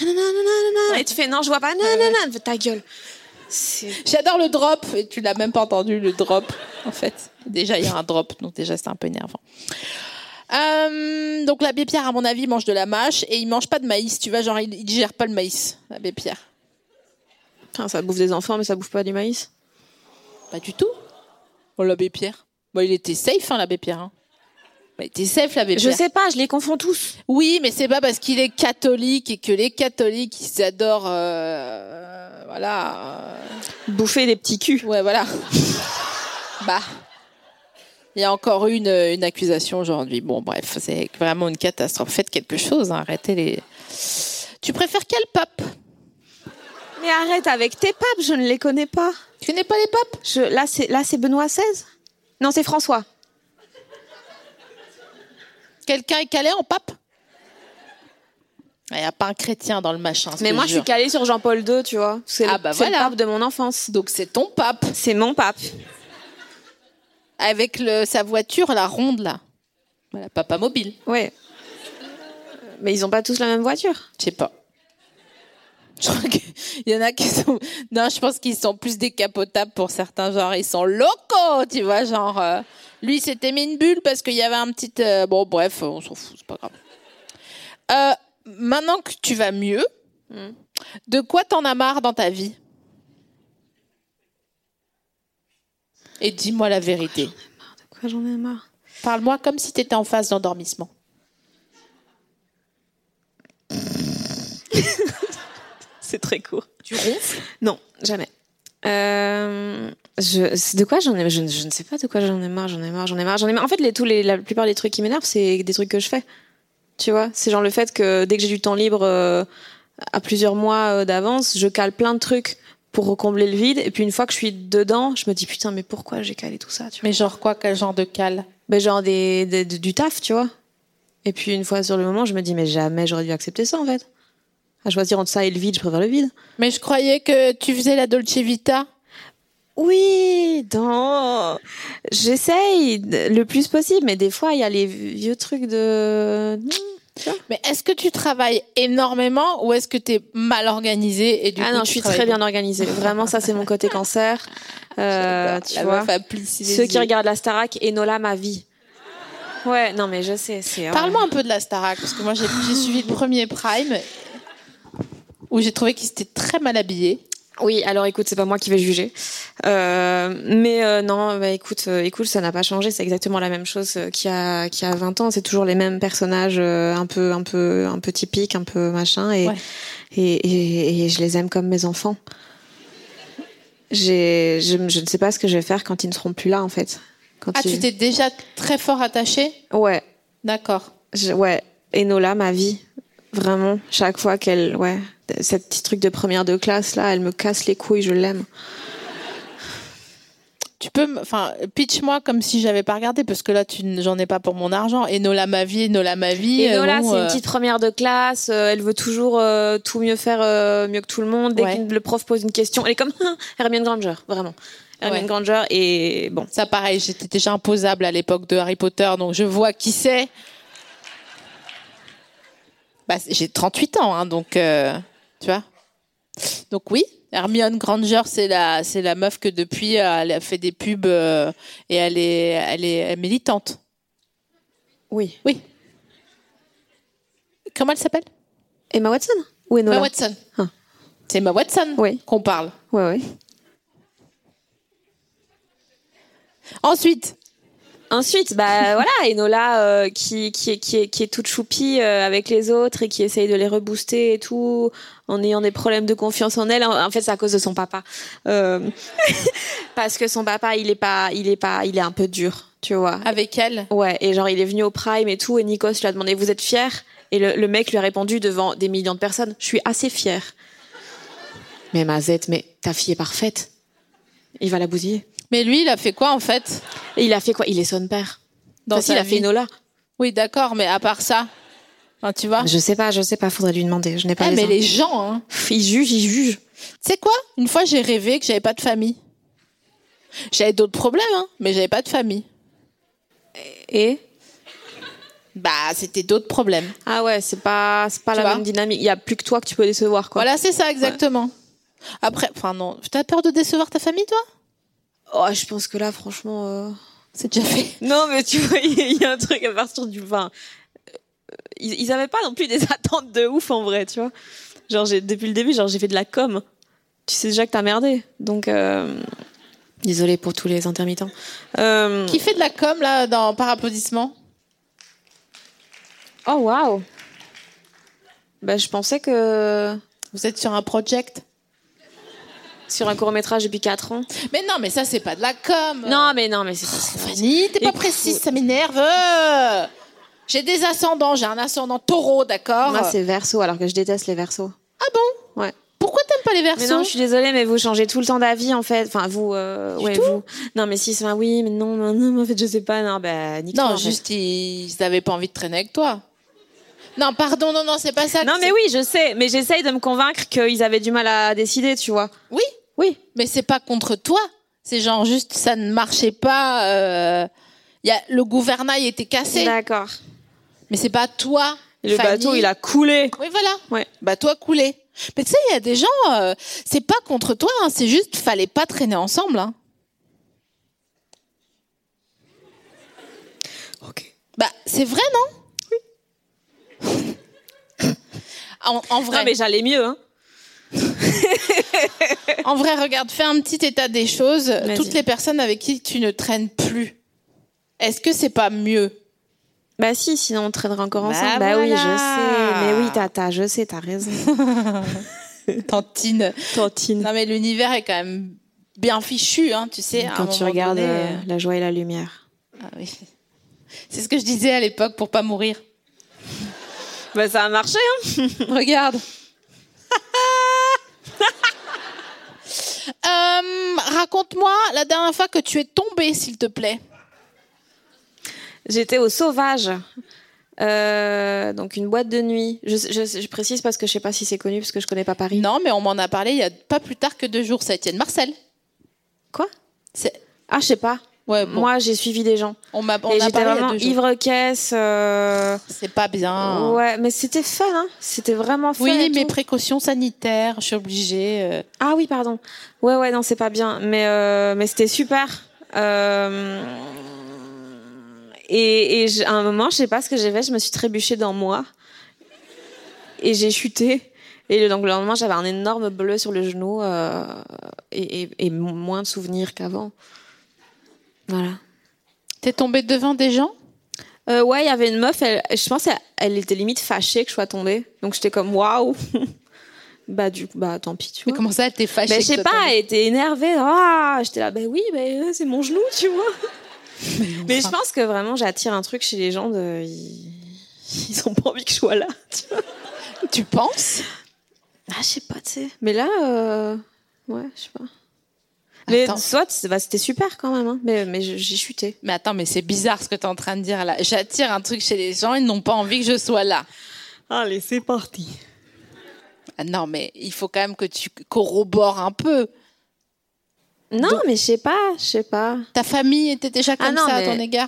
Speaker 1: Nananananana. Et tu fais non, je vois pas. Nananana. Ta gueule. C'est-
Speaker 2: j'adore le drop, et tu l'as même pas entendu, le drop, en fait. Déjà, il y a un drop, donc déjà, c'est un peu énervant. Euh, donc l'abbé Pierre, à mon avis, mange de la mâche, et il mange pas de maïs, tu vois, genre, il, il digère pas le maïs, l'abbé Pierre.
Speaker 1: Putain, ça bouffe des enfants, mais ça bouffe pas du maïs.
Speaker 2: Pas du tout. Oh, l'abbé Pierre. Bah, il était safe, hein, l'abbé Pierre, hein. Bah, il était safe, l'abbé
Speaker 1: Je
Speaker 2: Pierre.
Speaker 1: sais pas, je les confonds tous.
Speaker 2: Oui, mais c'est pas parce qu'il est catholique et que les catholiques ils adorent, euh, voilà,
Speaker 1: Bouffer des petits culs.
Speaker 2: euh, ouais, voilà. bah, Il y a encore une, euh, une accusation aujourd'hui. Bon, bref, c'est vraiment une catastrophe. Faites quelque chose, hein, arrêtez les. Tu préfères quel pape
Speaker 1: Mais arrête avec tes papes, je ne les connais pas.
Speaker 2: Tu n'es pas les papes
Speaker 1: Je, là, c'est là, c'est Benoît XVI. Non, c'est François.
Speaker 2: Quelqu'un est calé en pape Il n'y a pas un chrétien dans le machin.
Speaker 1: Mais moi, je suis calée sur Jean-Paul II, tu vois. C'est
Speaker 2: Ah
Speaker 1: le,
Speaker 2: bah
Speaker 1: c'est le
Speaker 2: voilà.
Speaker 1: pape de mon enfance.
Speaker 2: Donc c'est ton pape
Speaker 1: C'est mon pape.
Speaker 2: avec le, sa voiture la ronde là. Voilà, papa mobile.
Speaker 1: Ouais. Mais ils ont pas tous la même voiture.
Speaker 2: Je sais pas. Je crois qu'il y en a qui sont. Non, je pense qu'ils sont plus décapotables pour certains. Genre, ils sont locaux, tu vois. Genre, euh, lui, il s'était mis une bulle parce qu'il y avait un petit. euh, Bon, bref, on s'en fout, c'est pas grave. Euh, maintenant que tu vas mieux, Hmm. de quoi t'en as marre dans ta vie Et dis-moi la vérité.
Speaker 1: De quoi j'en ai marre
Speaker 2: Parle-moi comme si t'étais en phase d'endormissement.
Speaker 1: C'est très court.
Speaker 2: Tu ronfles
Speaker 1: Non, jamais. Euh, je, c'est de quoi j'en ai je, ne- je ne sais pas de quoi j'en ai marre, j'en ai marre, j'en ai marre, j'en ai marre. En fait, les, tous les, la plupart des trucs qui m'énervent, c'est des trucs que je fais. Tu vois, c'est genre le fait que dès que j'ai du temps libre euh, à plusieurs mois euh, d'avance, je cale plein de trucs pour recombler le vide. Et puis une fois que je suis dedans, je me dis putain, mais pourquoi j'ai calé tout ça tu vois
Speaker 2: Mais genre quoi Quel genre de cale
Speaker 1: ben, genre des, des- du taf, tu vois. Et puis une fois sur le moment, je me dis mais jamais j'aurais dû accepter ça en fait. À choisir entre ça et le vide, je préfère le vide.
Speaker 2: Mais je croyais que tu faisais la Dolce Vita.
Speaker 1: Oui, dans. J'essaye d- le plus possible, mais des fois, il y a les vieux trucs de.
Speaker 2: Mais est-ce que tu travailles énormément ou est-ce que tu es mal organisée et du
Speaker 1: ah
Speaker 2: coup,
Speaker 1: non,
Speaker 2: tu
Speaker 1: je suis
Speaker 2: travailles
Speaker 1: très bien organisée. Vraiment, ça, c'est mon côté cancer. Euh,
Speaker 2: J'adore.
Speaker 1: tu
Speaker 2: La
Speaker 1: vois.
Speaker 2: meuf a plissé les
Speaker 1: Ceux qui
Speaker 2: yeux.
Speaker 1: regardent la Starac, Enola, ma vie. Ouais, non, mais je sais, c'est.
Speaker 2: Parle-moi un peu de la Starac parce que moi j'ai j'ai suivi le premier Prime où j'ai trouvé qu'ils étaient très mal habillés.
Speaker 1: Oui, alors écoute, c'est pas moi qui vais juger. Euh, mais euh, non, bah, écoute, euh, écoute, ça n'a pas changé. C'est exactement la même chose euh, qu'il y a qu'il y a 20 ans. C'est toujours les mêmes personnages, euh, un peu, un peu, un peu typiques, un peu machin. Et
Speaker 2: Ouais.
Speaker 1: et, et, et je les aime comme mes enfants. J'ai, je, je ne sais pas ce que je vais faire quand ils ne seront plus là, en fait. Quand
Speaker 2: Ah,
Speaker 1: ils-
Speaker 2: tu t'es déjà très fort attachée
Speaker 1: Ouais,
Speaker 2: D'accord.
Speaker 1: je- ouais. Enola, ma vie, vraiment. Chaque fois qu'elle, ouais, cette petite truc de première de classe là, elle me casse les couilles. Je l'aime.
Speaker 2: Tu peux, me- enfin, pitch-moi comme si j'avais pas regardé parce que là, tu, n- j'en ai pas pour mon argent. Et Nola ma vie, Nola ma vie.
Speaker 1: Et
Speaker 2: euh,
Speaker 1: Lola,
Speaker 2: bon,
Speaker 1: c'est une
Speaker 2: euh,
Speaker 1: petite première de classe. euh, elle veut toujours euh, tout mieux faire, euh, mieux que tout le monde. Dès
Speaker 2: Ouais.
Speaker 1: que le prof pose une question, elle est comme Hermione Granger, vraiment. Hermione
Speaker 2: Ouais.
Speaker 1: Granger et bon.
Speaker 2: Ça, pareil, j'étais déjà imposable à l'époque de Harry Potter, donc je vois qui c'est. Bah, c'est- j'ai 38 ans, hein, donc euh, tu vois. Donc oui, Hermione Granger, c'est la, c'est la meuf que depuis, euh, elle a fait des pubs euh, et elle est, elle est militante.
Speaker 1: Oui.
Speaker 2: Oui. Comment elle s'appelle
Speaker 1: Emma Watson ou Enola
Speaker 2: Ma Watson.
Speaker 1: Ah.
Speaker 2: C'est Ma Watson
Speaker 1: Oui.
Speaker 2: qu'on parle.
Speaker 1: Ouais, ouais.
Speaker 2: Ensuite,
Speaker 1: Ensuite, bah voilà, Enola euh, qui qui est qui est qui est toute choupie euh, avec les autres et qui essaye de les rebooster et tout en ayant des problèmes de confiance en elle. En, en fait, c'est à cause de son papa, Euh, parce que son papa, il est pas, il est pas, il est un peu dur, tu vois.
Speaker 2: avec elle,
Speaker 1: Ouais, et genre il est venu au Prime et tout, et Nikos lui a demandé Vous êtes fier Et le, le mec lui a répondu devant des millions de personnes Je suis assez fier. Mais Mazette, mais ta fille est parfaite. Il va la bousiller.
Speaker 2: mais lui, il a fait quoi en fait
Speaker 1: Et il a fait quoi Il est son père.
Speaker 2: dans
Speaker 1: Enfin, si, il
Speaker 2: sa
Speaker 1: a fait
Speaker 2: vie
Speaker 1: Nola.
Speaker 2: Oui, d'accord, mais à part ça, Enfin, tu vois.
Speaker 1: Je sais pas, je sais pas, faudrait lui demander. Je n'ai pas
Speaker 2: Ah,
Speaker 1: les,
Speaker 2: mais
Speaker 1: infos.
Speaker 2: les gens, hein.
Speaker 1: Pff, Eh, Il juge, il juge.
Speaker 2: Tu sais quoi Une fois, j'ai rêvé que j'avais pas de famille. J'avais d'autres problèmes, hein, mais j'avais pas de famille.
Speaker 1: Et
Speaker 2: Bah, c'était d'autres problèmes.
Speaker 1: Ah ouais, c'est pas, c'est pas
Speaker 2: Tu
Speaker 1: la
Speaker 2: vois
Speaker 1: même dynamique. Il y a plus que toi que tu peux décevoir, quoi.
Speaker 2: Voilà, c'est ça, exactement. Après, enfin non, t'as peur de décevoir ta famille, toi
Speaker 1: Oh, je pense que là, franchement. euh,
Speaker 2: C'est déjà fait.
Speaker 1: Non, mais tu vois, il y a un truc à partir du vin. Ils, ils avaient pas non plus des attentes de ouf en vrai, tu vois. Genre, j'ai, depuis le début, genre, j'ai fait de la com. Tu sais déjà que t'as merdé. Donc, euh, désolé pour tous les intermittents. Euh,
Speaker 2: Qui fait de la com là, dans par applaudissement
Speaker 1: Oh, waouh! Bah, je pensais que.
Speaker 2: Vous êtes sur un project
Speaker 1: sur un court métrage depuis 4 ans.
Speaker 2: Mais non, mais ça, c'est pas de la com.
Speaker 1: Non, mais non, mais c'est.
Speaker 2: Oh, Fanny, t'es pas
Speaker 1: Écoute.
Speaker 2: précise, ça m'énerve. Euh, J'ai des ascendants, j'ai un ascendant taureau, d'accord
Speaker 1: Moi, c'est verso, alors que je déteste les versos.
Speaker 2: Ah bon
Speaker 1: Ouais.
Speaker 2: Pourquoi t'aimes pas les
Speaker 1: Mais
Speaker 2: versos
Speaker 1: non, je suis désolée, mais vous changez tout le temps d'avis, en fait. Enfin, vous. euh, ouais, vous. Non, mais si, c'est un oui, mais non, non, non, en fait, je sais pas. Non, bah, nique-toi, en
Speaker 2: Non,
Speaker 1: fait.
Speaker 2: juste, ils n'avaient pas envie de traîner avec toi. Non, pardon, non, non, c'est pas ça.
Speaker 1: Non, mais
Speaker 2: c'est-
Speaker 1: oui, je sais, mais j'essaye de me convaincre qu'ils avaient du mal à décider, tu vois.
Speaker 2: Oui,
Speaker 1: Oui.
Speaker 2: mais c'est pas contre toi. C'est genre juste, ça ne marchait pas. euh, y a, le gouvernail était cassé.
Speaker 1: D'accord.
Speaker 2: Mais c'est pas toi.
Speaker 1: Le
Speaker 2: Fanny.
Speaker 1: bateau, il a coulé.
Speaker 2: Oui, voilà.
Speaker 1: Ouais.
Speaker 2: Bateau a coulé. Mais tu sais, il y a des gens, euh, c'est pas contre toi, hein, c'est juste, fallait pas traîner ensemble. Hein.
Speaker 1: Ok.
Speaker 2: Bah, c'est vrai, non Oui. en, en vrai.
Speaker 1: Non, mais j'allais mieux, hein.
Speaker 2: En vrai, regarde, fais un petit état des choses.
Speaker 1: Vas-y.
Speaker 2: Toutes les personnes avec qui tu ne traînes plus, est-ce que c'est pas mieux
Speaker 1: Bah si, sinon on traînerait encore
Speaker 2: Bah
Speaker 1: ensemble. Bah, oui, je
Speaker 2: voilà.
Speaker 1: sais. Mais oui, tata, je sais, t'as raison.
Speaker 2: Tantine.
Speaker 1: Tantine.
Speaker 2: Non, mais l'univers est quand même bien fichu, hein, tu sais. à un
Speaker 1: Quand tu
Speaker 2: moment
Speaker 1: regardes
Speaker 2: donné,
Speaker 1: euh, la joie et la lumière.
Speaker 2: ah oui. C'est ce que je disais à l'époque pour pas mourir.
Speaker 1: Bah ça a marché, hein
Speaker 2: regarde. Euh, Raconte-moi la dernière fois que tu es tombée, s'il te plaît.
Speaker 1: J'étais au Sauvage. Euh, donc une boîte de nuit. Je, je- je précise parce que je sais pas si c'est connu parce que je connais pas Paris.
Speaker 2: Non, mais on m'en a parlé il y a pas plus tard que deux jours, ça Étienne Marcel.
Speaker 1: Quoi
Speaker 2: C'est-
Speaker 1: Ah, je sais pas.
Speaker 2: Ouais, Euh, bon,
Speaker 1: Moi, j'ai suivi des gens.
Speaker 2: on m'a on
Speaker 1: et
Speaker 2: a
Speaker 1: j'étais
Speaker 2: parlé il y a
Speaker 1: vraiment
Speaker 2: deux jours. Ah.
Speaker 1: ivre-caisse. euh,
Speaker 2: C'est pas bien.
Speaker 1: Ouais, mais c'était fun, hein. C'était vraiment fun. et
Speaker 2: Oui, mais
Speaker 1: tout.
Speaker 2: précautions sanitaires, je suis obligée. euh.
Speaker 1: Ah oui, pardon. Ouais, ouais, non, c'est pas bien. Mais, euh, mais c'était super. Euh, Et, et j'- à un moment, je sais pas ce que j'ai fait, je me suis trébuchée dans moi. Et j'ai chuté. Et le- donc le lendemain, j'avais un énorme bleu sur le genou euh, et, et- et mo- moins de souvenirs qu'avant. Voilà.
Speaker 2: T'es tombée devant des gens
Speaker 1: Euh, ouais, il y avait une meuf, elle, je pense elle, elle était limite fâchée que je sois tombée. Donc j'étais comme waouh. bah du coup, bah tant pis, tu
Speaker 2: Mais
Speaker 1: vois.
Speaker 2: comment ça, elle t'est fâchée
Speaker 1: Ben, je
Speaker 2: que t'as
Speaker 1: sais pas,
Speaker 2: tombé
Speaker 1: elle était énervée. Ah, j'étais là, ben oui, ben euh, c'est mon genou, tu vois. Mais je pense que vraiment, j'attire un truc chez les gens de. Ils... Ils ont pas envie que je sois là. tu vois.
Speaker 2: Tu penses
Speaker 1: Ah, je sais pas, tu sais. Mais là, euh, ouais, je sais pas. Mais
Speaker 2: Attends.
Speaker 1: soit, c'est- bah, c'était super quand même, hein. mais, mais je- j'ai chuté.
Speaker 2: Mais attends, mais c'est bizarre ce que t'es en train de dire là. J'attire un truc chez les gens, ils n'ont pas envie que je sois là.
Speaker 1: Allez, c'est parti.
Speaker 2: Ah non, mais il faut quand même que tu corrobores un peu.
Speaker 1: Non, mais je sais pas, je sais pas.
Speaker 2: Ta famille était déjà
Speaker 1: Ah
Speaker 2: comme
Speaker 1: non,
Speaker 2: ça
Speaker 1: mais-
Speaker 2: à ton égard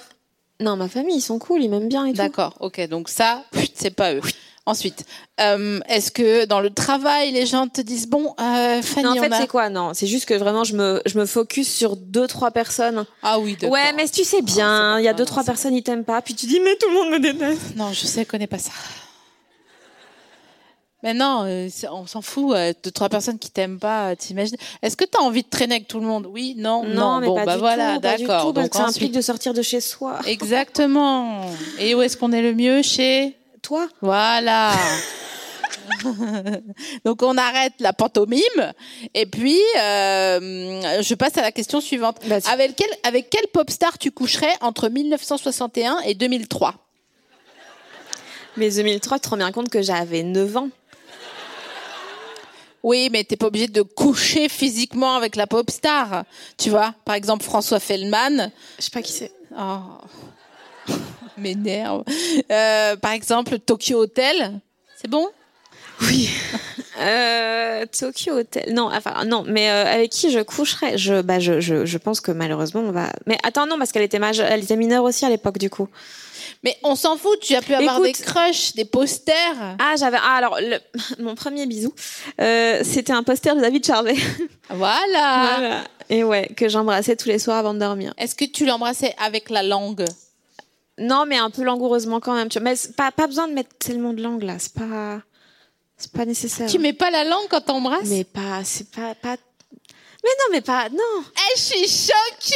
Speaker 1: Non, ma famille, ils sont cool, ils m'aiment bien et tout.
Speaker 2: D'accord, ok, donc ça, c'est pas eux. Ensuite, euh, est-ce que dans le travail, les gens te disent Bon, euh, Fanny,
Speaker 1: Non, en
Speaker 2: on
Speaker 1: fait,
Speaker 2: a-
Speaker 1: c'est quoi Non, c'est juste que vraiment, je me, je me focus sur deux, trois personnes.
Speaker 2: Ah oui, d'accord.
Speaker 1: Ouais, mais tu sais bien,
Speaker 2: c'est
Speaker 1: il y a
Speaker 2: pas
Speaker 1: deux,
Speaker 2: grave,
Speaker 1: trois
Speaker 2: c'est pas
Speaker 1: personnes, ils t'aiment pas, puis tu dis, mais tout le monde me déteste.
Speaker 2: Non, je sais, je connais pas ça. Mais non, euh, c'est- on s'en fout. euh, deux, trois personnes qui t'aiment pas, euh, t'imagines. Est-ce que t'as envie de traîner avec tout le monde Oui, non, non. bon, bah voilà,
Speaker 1: tout, pas du
Speaker 2: d'accord.
Speaker 1: tout, parce
Speaker 2: Donc
Speaker 1: que ça
Speaker 2: ensuite-
Speaker 1: implique de sortir de chez soi.
Speaker 2: Exactement. Et où est-ce qu'on est le mieux Chez.
Speaker 1: Toi
Speaker 2: Voilà. Donc on arrête la pantomime et puis euh, je passe à la question suivante.
Speaker 1: Vas-y.
Speaker 2: Avec quel, avec quel pop star tu coucherais entre 1961 et 2003
Speaker 1: Mais 2003, tu te rends bien compte que j'avais 9 ans.
Speaker 2: Oui, mais t'es pas obligé de coucher physiquement avec la pop star. Tu vois, par exemple François Fellman.
Speaker 1: Je sais pas qui c'est.
Speaker 2: Oh. M'énerve. Euh, par exemple Tokyo Hotel. C'est bon
Speaker 1: Oui. euh, Tokyo Hotel. Non, enfin, non, mais euh, avec qui je coucherais je, bah, je, je, je pense que malheureusement, on va. Mais attends, non, parce qu'elle était, majeure, elle était mineure aussi à l'époque, du coup.
Speaker 2: Mais on s'en fout. Tu as pu avoir
Speaker 1: Écoute.
Speaker 2: des crushs, des posters.
Speaker 1: Ah, j'avais. Ah, alors, le- mon premier bisou, euh, c'était un poster de David Charvet.
Speaker 2: Ah, Voilà.
Speaker 1: Voilà. Et ouais, que j'embrassais tous les soirs avant de dormir.
Speaker 2: Est-ce que tu l'embrassais avec la langue
Speaker 1: Non, mais un peu langoureusement quand même. Tu vois. Mais c'est pas, pas besoin de mettre tellement de langue là. C'est pas, c'est pas nécessaire.
Speaker 2: Tu mets pas la langue quand t'embrasses
Speaker 1: Mais pas, c'est pas, pas. Mais non, mais pas, non.
Speaker 2: Eh, je suis choquée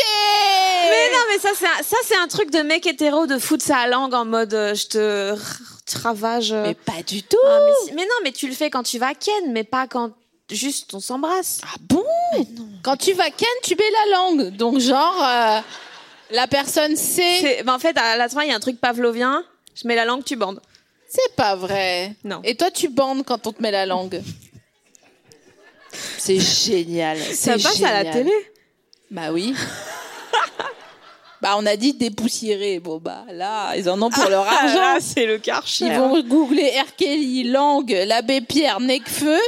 Speaker 1: Mais non, mais ça, c'est, un- ça, c'est un truc de mec hétéro de foutre sa langue en mode, euh, je te r- tu ravages. euh.
Speaker 2: Mais pas du tout
Speaker 1: Ah, mais, si- mais non, mais tu le fais quand tu vas ken, mais pas quand juste on s'embrasse.
Speaker 2: Ah bon Quand tu vas ken, tu mets la langue. Donc genre, euh, la personne sait.
Speaker 1: C'est- bah, en fait, à la fin, il y a un truc pavlovien. Je mets la langue, tu bandes.
Speaker 2: C'est pas vrai.
Speaker 1: Non.
Speaker 2: Et toi, tu bandes quand on te met la langue. C'est génial.
Speaker 1: Ça
Speaker 2: c'est
Speaker 1: passe à la
Speaker 2: génial.
Speaker 1: télé.
Speaker 2: Bah oui. bah on a dit dépoussiérer. Bon bah là, ils en ont pour leur
Speaker 1: Ah là,
Speaker 2: argent.
Speaker 1: c'est le karcher.
Speaker 2: Ils vont googler R. Kelly, langue, l'abbé Pierre, Necfeu.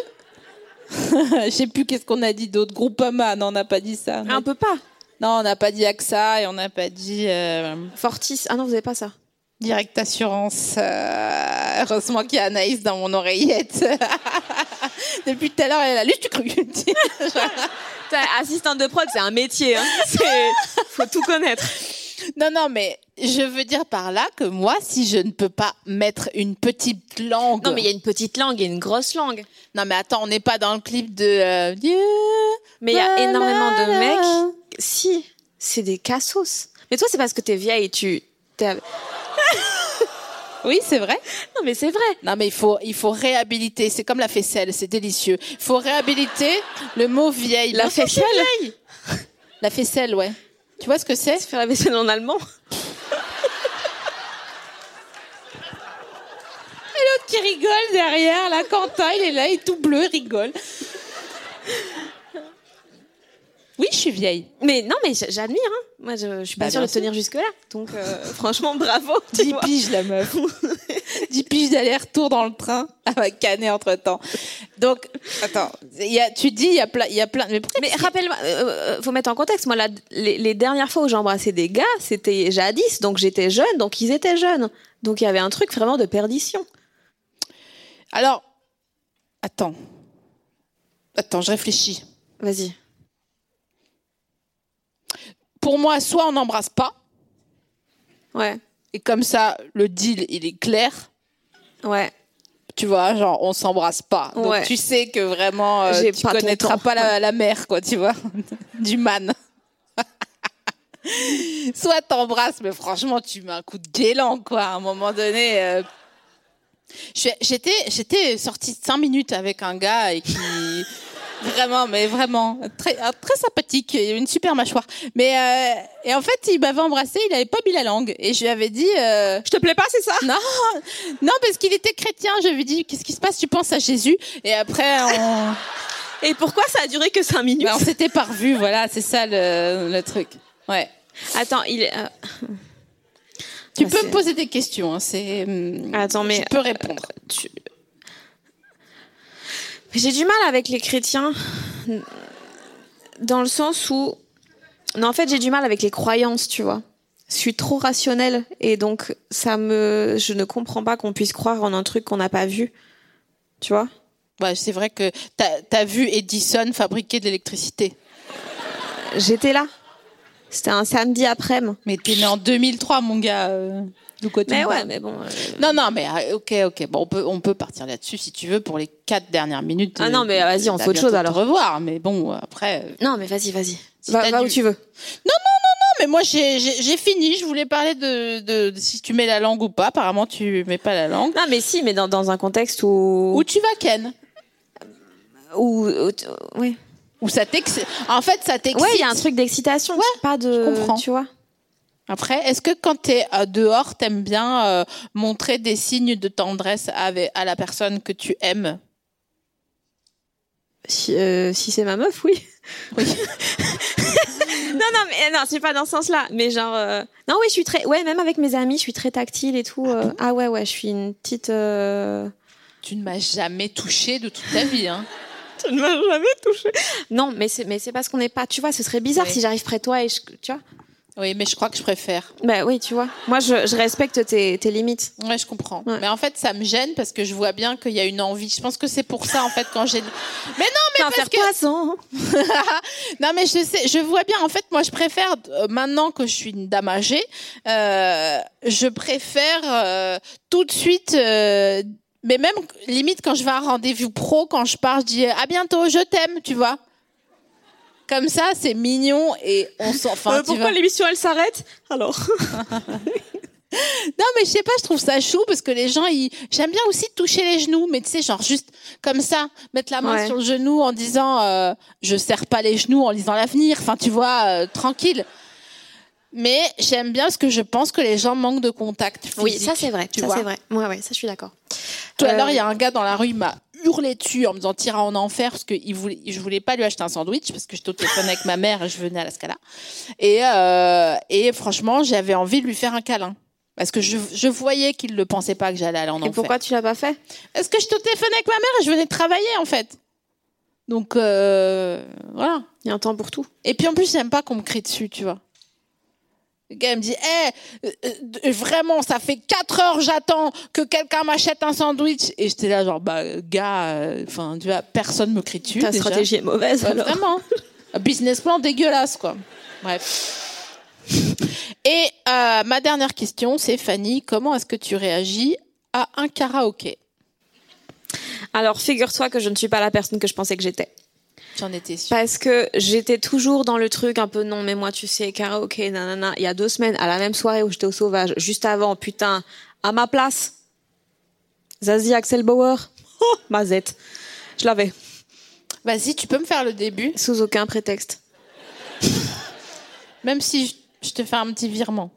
Speaker 2: Je sais plus qu'est-ce qu'on a dit d'autre. Groupama, non, on n'a pas dit ça.
Speaker 1: Ah, on peut pas.
Speaker 2: Non, on n'a pas dit AXA et on n'a pas dit euh,
Speaker 1: Fortis. Ah non, vous avez pas ça.
Speaker 2: Direct Assurance. Euh, heureusement qu'il y a Anaïs dans mon oreillette. Depuis tout à l'heure, elle a lu, tu cru.
Speaker 1: Putain, assistante de prod, c'est un métier. Hein. C'est- Faut tout connaître.
Speaker 2: non, non, mais je veux dire par là que moi, si je ne peux pas mettre une petite langue.
Speaker 1: Non, mais il y a une petite langue et une grosse langue.
Speaker 2: Non, mais attends, on n'est pas dans le clip de. euh, Dieu,
Speaker 1: Mais il y a
Speaker 2: voilà.
Speaker 1: énormément de mecs. Si, c'est des cassos. Mais toi, c'est parce que t'es vieille et tu. t'es-
Speaker 2: Oui, c'est vrai.
Speaker 1: Non, mais c'est vrai.
Speaker 2: Non, mais il faut, il faut réhabiliter. C'est comme la faisselle, c'est délicieux. Il faut réhabiliter le mot vieille.
Speaker 1: La
Speaker 2: Bien sûr que
Speaker 1: faisselle
Speaker 2: c'est vieille. La faisselle, ouais. Tu vois ce que c'est
Speaker 1: Faire la vaisselle en allemand.
Speaker 2: L'autre qui rigole derrière, la Quentin, il est là, il est tout bleu, il rigole. Oui, je suis vieille.
Speaker 1: Mais non, mais j- j'admire. Hein. Moi, je, je suis pas
Speaker 2: Bah,
Speaker 1: sûre de
Speaker 2: bien sûr.
Speaker 1: tenir jusque-là. Donc, euh, franchement, bravo. tu
Speaker 2: 10
Speaker 1: vois.
Speaker 2: piges, la meuf. 10 piges d'aller-retour dans le train avec Canet entre-temps. Donc, attends, il y a- tu dis, il y a plein... il Y a plein mais pourquoi
Speaker 1: Mais
Speaker 2: tu-
Speaker 1: rappelle-moi, euh, euh, faut mettre en contexte. Moi, la- les, les dernières fois où j'ai embrassé des gars, c'était jadis, donc j'étais jeune, donc ils étaient jeunes. Donc il y avait un truc vraiment de perdition.
Speaker 2: Alors, attends. Attends, je réfléchis.
Speaker 1: Vas-y.
Speaker 2: Pour moi, soit on n'embrasse pas,
Speaker 1: Ouais.
Speaker 2: et comme ça, le deal, il est clair.
Speaker 1: Ouais.
Speaker 2: Tu vois, genre, on s'embrasse pas. Donc,
Speaker 1: Ouais.
Speaker 2: tu sais que vraiment, euh,
Speaker 1: J'ai
Speaker 2: tu
Speaker 1: pas ton
Speaker 2: connaîtras
Speaker 1: temps.
Speaker 2: pas la, la mère, quoi, tu vois, du man. Soit t'embrasses, mais franchement, tu mets un coup de guélan, quoi, à un moment donné. euh. Je suis- J'étais, j'étais sortie cinq minutes avec un gars et qui... Vraiment, mais vraiment, très, un- très sympathique, il avait une super mâchoire. Mais euh, et en fait, il m'avait embrassé, il avait pas mis la langue, et je lui avais dit. euh,
Speaker 1: Je te plais pas, c'est ça
Speaker 2: non, non, parce qu'il était chrétien. Je lui dis, qu'est-ce qui se passe Tu penses à Jésus Et après, on,
Speaker 1: Et pourquoi ça a duré que 5 minutes
Speaker 2: bah, on s'était pas revus. Voilà, c'est ça le, le truc. Ouais.
Speaker 1: Attends, il est. euh,
Speaker 2: Tu
Speaker 1: Bah,
Speaker 2: peux
Speaker 1: c'est-
Speaker 2: me poser des questions. hein, c'est. hum,
Speaker 1: Attends, mais-
Speaker 2: Je peux répondre.
Speaker 1: tu- J'ai du mal avec les chrétiens dans le sens où. Non, en fait, j'ai du mal avec les croyances, tu vois. Je suis trop rationnelle et donc ça me. Je ne comprends pas qu'on puisse croire en un truc qu'on n'a pas vu. Tu vois
Speaker 2: euh, Ouais, c'est vrai que t'as as vu Edison fabriquer de l'électricité.
Speaker 1: J'étais là. C'était un samedi après-midi.
Speaker 2: Mais t'es né en 2003, mon gars. euh, de quoi tu
Speaker 1: Mais
Speaker 2: me
Speaker 1: ouais,
Speaker 2: parles
Speaker 1: mais bon. euh,
Speaker 2: Non, non, mais euh, ok, ok. Bon, on peut, on peut partir là-dessus si tu veux pour les quatre dernières minutes.
Speaker 1: Ah non, mais,
Speaker 2: euh,
Speaker 1: vas-y, on
Speaker 2: t'as
Speaker 1: fait autre chose,
Speaker 2: bientôt te
Speaker 1: alors.
Speaker 2: revoir, mais bon, après. euh,
Speaker 1: Non, mais vas-y, vas-y.
Speaker 2: Si
Speaker 1: va
Speaker 2: t'as
Speaker 1: va
Speaker 2: du-
Speaker 1: où tu veux.
Speaker 2: mais moi j'ai- j'ai j'ai fini. Je voulais parler de, de, de si tu mets la langue ou pas. Apparemment, tu mets pas la langue.
Speaker 1: Non, mais si, mais dans, dans un contexte où.
Speaker 2: Ou tu vas ken.
Speaker 1: Où. où- oui.
Speaker 2: Ou ça t'excite. En fait, ça t'excite.
Speaker 1: Ouais, il y a un truc d'excitation.
Speaker 2: Ouais,
Speaker 1: pas de.
Speaker 2: je comprends.
Speaker 1: Tu vois
Speaker 2: Après, est-ce que quand t'es euh, dehors, t'aimes bien euh, montrer des signes de tendresse avec, à la personne que tu aimes
Speaker 1: Si, euh, si c'est ma meuf, oui.
Speaker 2: Oui.
Speaker 1: non, non, mais euh, non, c'est pas dans ce sens-là. Mais genre, euh, non, oui, je suis très, ouais, même avec mes amis, je suis très tactile et tout. euh, Ah ouais, ouais, je suis une petite. euh,
Speaker 2: Tu ne m'as jamais touché de toute ta vie. Hein.
Speaker 1: Tu ne m'as jamais touchée. Non, mais c'est, mais c'est parce qu'on n'est pas. Tu vois, ce serait bizarre
Speaker 2: Oui.
Speaker 1: si j'arrive près de toi et je, tu vois.
Speaker 2: Oui, mais je crois que je préfère.
Speaker 1: Bah oui, tu vois. Moi, je, je respecte tes, tes limites.
Speaker 2: Ouais, je comprends.
Speaker 1: Ouais.
Speaker 2: Mais en fait, ça me gêne parce que je vois bien qu'il y a une envie. Je pense que c'est pour ça, en fait, quand j'ai. Mais non, mais
Speaker 1: Enfin,
Speaker 2: parce
Speaker 1: faire
Speaker 2: que.
Speaker 1: poisson.
Speaker 2: non mais je sais, je vois bien. En fait, moi, je préfère euh, maintenant que je suis une dame âgée, euh, je préfère euh, tout de suite. euh, mais même limite quand je vais à un rendez-vous pro, quand je pars, je dis euh, à bientôt, je t'aime, tu vois. Comme ça,
Speaker 1: Euh,
Speaker 2: c'est mignon et on s'en. Enfin, tu vois.
Speaker 1: l'émission elle s'arrête Alors.
Speaker 2: Non, mais je sais pas, je trouve ça chou parce que les gens, ils... j'aime bien aussi toucher les genoux, mais tu sais, genre juste comme ça, mettre la main
Speaker 1: Ouais.
Speaker 2: sur le genou en disant euh, je serre pas les genoux en lisant l'avenir, enfin, tu vois, euh, tranquille. Mais j'aime bien parce que je pense que les gens manquent de contact. Physique,
Speaker 1: Oui, ça c'est vrai.
Speaker 2: tu
Speaker 1: ça
Speaker 2: vois.
Speaker 1: c'est vrai. Ouais, ouais, ça je suis d'accord.
Speaker 2: Tout à
Speaker 1: Euh,
Speaker 2: l'heure, il y a un gars dans la rue, il m'a hurlé dessus en me disant tira en enfer parce que il voulait, je voulais pas lui acheter un sandwich parce que j'étais au téléphone avec ma mère et je venais à la Scala. Et, euh, et franchement, j'avais envie de lui faire un câlin. Parce que je, je voyais qu'il ne pensait pas que j'allais aller en
Speaker 1: Et
Speaker 2: enfer.
Speaker 1: pourquoi tu l'as pas fait
Speaker 2: Parce que j'étais au téléphone avec ma mère et je venais de travailler, en fait. Donc, euh, voilà.
Speaker 1: Il y a un temps pour tout.
Speaker 2: Et puis en plus, j'aime pas qu'on me crie dessus, tu vois. Le gars, il me dit Eh, euh, euh, d- vraiment, ça fait 4 heures, j'attends que quelqu'un m'achète un sandwich. Et j'étais là, genre, bah, gars, euh, enfin, tu vois, personne me crie dessus.
Speaker 1: Ta
Speaker 2: déjà.
Speaker 1: stratégie est mauvaise
Speaker 2: Ouais,
Speaker 1: alors.
Speaker 2: Vraiment. Un business plan dégueulasse, quoi. Bref. Et euh, ma dernière question, c'est Fanny, comment est-ce que tu réagis à un karaoké
Speaker 1: Alors figure-toi que je ne suis pas la personne que je pensais que j'étais.
Speaker 2: J'en étais sûre.
Speaker 1: Parce que j'étais toujours dans le truc un peu non, mais moi tu sais, karaoké, nanana. Il y a deux semaines, à la même soirée où j'étais au Sauvage, juste avant, putain, à ma place, Zazie Axel Bauer, oh, ma zette. Je l'avais, Bah,
Speaker 2: Vas-y, tu peux me faire le début,
Speaker 1: sous aucun prétexte.
Speaker 2: même si je- je te fais un petit virement.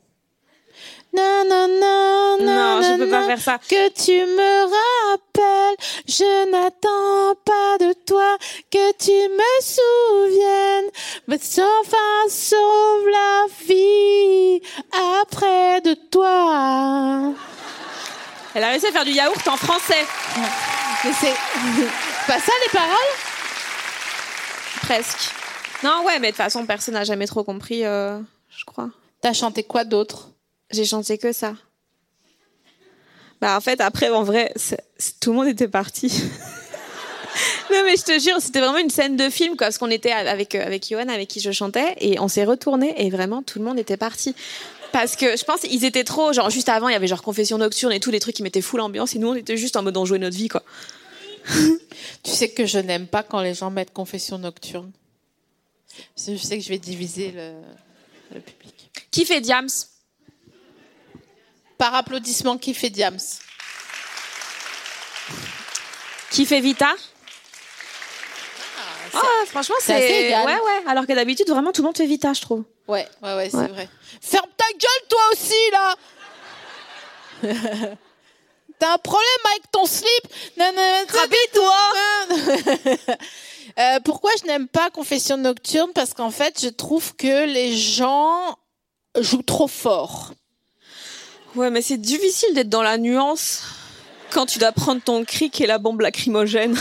Speaker 2: Non, non, non,
Speaker 1: Non, je peux pas faire ça.
Speaker 2: Que tu me rappelles, je n'attends pas de toi que tu me souviennes. Mais enfin, sauve la vie après de toi.
Speaker 1: Elle a réussi à faire du yaourt en français,
Speaker 2: Mais c'est pas ça les paroles
Speaker 1: presque. Non, ouais, mais de toute façon, personne n'a jamais trop compris, euh, je crois.
Speaker 2: T'as chanté quoi d'autre
Speaker 1: J'ai chanté que ça. Bah en fait après en vrai c'est- c'est- tout le monde était parti. non mais je te jure c'était vraiment une scène de film quoi parce qu'on était avec euh, avec Johan avec qui je chantais et on s'est retourné et vraiment tout le monde était parti. Parce que je pense ils étaient trop genre juste avant il y avait genre confession nocturne et tous les trucs qui mettaient full ambiance et nous on était juste en mode on jouait notre vie quoi.
Speaker 2: Tu sais que je n'aime pas quand les gens mettent confession nocturne. Parce que Je sais que je vais diviser le, le public.
Speaker 1: Qui fait Diams
Speaker 2: Par applaudissement, qui fait Diams
Speaker 1: Qui fait Vita Ah franchement
Speaker 2: c'est assez
Speaker 1: c'est ouais
Speaker 2: égal.
Speaker 1: ouais alors que d'habitude vraiment tout le monde fait Vita je trouve.
Speaker 2: Ouais, ouais, ouais, c'est
Speaker 1: Ouais.
Speaker 2: vrai. Ferme ta gueule, toi aussi, là T'as un problème avec ton slip Non, non, non, toi Pourquoi je n'aime pas Confession Nocturne Parce qu'en fait, je trouve que les gens jouent trop fort.
Speaker 1: Ouais, mais c'est difficile d'être dans la nuance quand tu dois prendre ton cric et la bombe lacrymogène.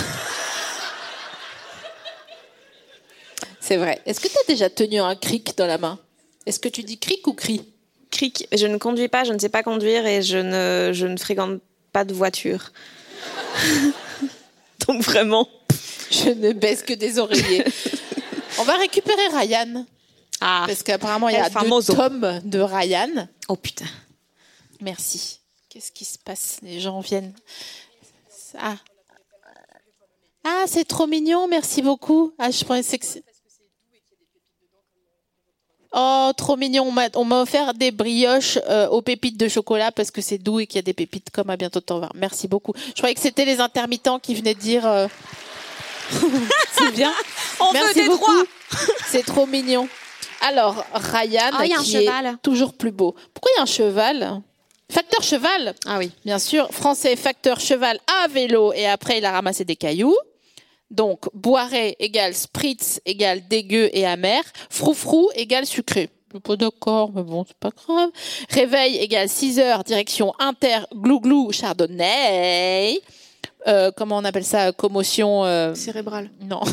Speaker 2: C'est vrai. Est-ce que t'as déjà tenu un cric dans la main Est-ce que tu dis cric ou cri
Speaker 1: Cric, je ne conduis pas, je ne sais pas conduire et je ne, je ne fréquente pas de voiture. Donc vraiment.
Speaker 2: Je ne baisse que des oreillers. On va récupérer Ryan.
Speaker 1: Ah.
Speaker 2: Parce qu'apparemment, il y a
Speaker 1: El
Speaker 2: deux
Speaker 1: famoso.
Speaker 2: tomes de Ryan.
Speaker 1: Oh putain.
Speaker 2: Merci. Qu'est-ce qui se passe Les gens viennent. Ah, ah c'est trop mignon, merci beaucoup. Ah, je pensais que c'est- Oh, trop mignon. On m'a- On m'a offert des brioches euh, aux pépites de chocolat parce que c'est doux et qu'il y a des pépites comme à bientôt t'en voir. Merci beaucoup. Je croyais que c'était les intermittents qui venaient dire. euh, c'est bien.
Speaker 1: On
Speaker 2: Merci
Speaker 1: veut des
Speaker 2: beaucoup.
Speaker 1: droits.
Speaker 2: C'est trop mignon. Alors, Ryan,
Speaker 1: Oh, il y a un
Speaker 2: qui
Speaker 1: cheval.
Speaker 2: est toujours plus beau. Pourquoi il y a un cheval Facteur cheval,
Speaker 1: Ah oui.
Speaker 2: bien sûr. Français, facteur cheval à vélo. Et après, il a ramassé des cailloux. Donc, boiré égale spritz égale dégueu et amer. Froufrou égale sucré. Je suis Pas d'accord, mais bon, c'est pas grave. Réveil égale 6 heures, direction inter, glouglou, chardonnay. Euh, comment on appelle ça Commotion. euh,
Speaker 1: Cérébral.
Speaker 2: non.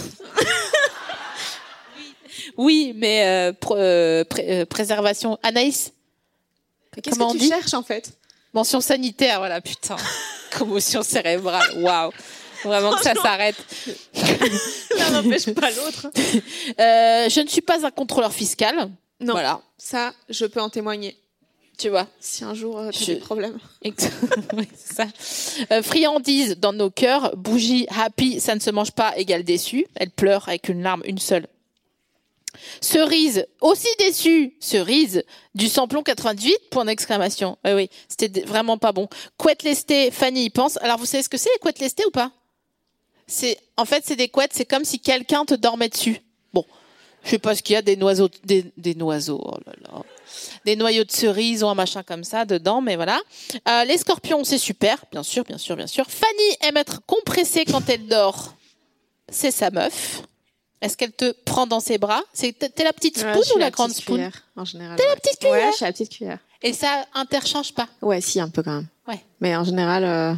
Speaker 2: oui, mais euh, pr- euh, pré- euh, préservation. Anaïs,
Speaker 1: Qu'est-ce
Speaker 2: Comment
Speaker 1: que
Speaker 2: on
Speaker 1: tu
Speaker 2: dit
Speaker 1: cherches en fait
Speaker 2: mention sanitaire, voilà, putain. Commotion cérébrale, waouh. Vraiment que ça s'arrête.
Speaker 1: L'un n'empêche pas l'autre.
Speaker 2: Euh, je ne suis pas un contrôleur fiscal.
Speaker 1: Non.
Speaker 2: Voilà,
Speaker 1: Ça, je peux en témoigner.
Speaker 2: tu vois.
Speaker 1: Si un jour euh, t'as
Speaker 2: Je-
Speaker 1: des problèmes.
Speaker 2: Ex- Oui, c'est ça. Euh, friandise dans nos cœurs, bougie happy, ça ne se mange pas, égale déçu. Elle pleure avec une larme, une seule. Cerise, aussi déçue, cerise, du samplon 98, point d'exclamation. Oui, oui, c'était d- vraiment pas bon. Couette lestée, Fanny y pense. Alors, vous savez ce que c'est, les couettes lestées ou pas C'est, En fait, c'est des couettes, c'est comme si quelqu'un te dormait dessus. Bon, je sais pas ce qu'il y a, des noiseaux, des, des noiseaux, oh là là. Des noyaux de cerise ou un machin comme ça dedans, mais voilà. Euh, les scorpions, c'est super, bien sûr, bien sûr, bien sûr. Fanny aime être compressée quand elle dort. C'est sa meuf. Est-ce qu'elle te prend dans ses bras C'est t'es t'es la petite spoon
Speaker 1: Ouais, je suis
Speaker 2: ou la, grande
Speaker 1: petite
Speaker 2: spoon
Speaker 1: cuillère, En général.
Speaker 2: T'es
Speaker 1: ouais.
Speaker 2: la petite
Speaker 1: Ouais,
Speaker 2: cuillère.
Speaker 1: je suis la petite cuillère.
Speaker 2: Et ça interchange pas.
Speaker 1: Ouais, si, un peu quand même.
Speaker 2: Ouais.
Speaker 1: Mais en général. euh,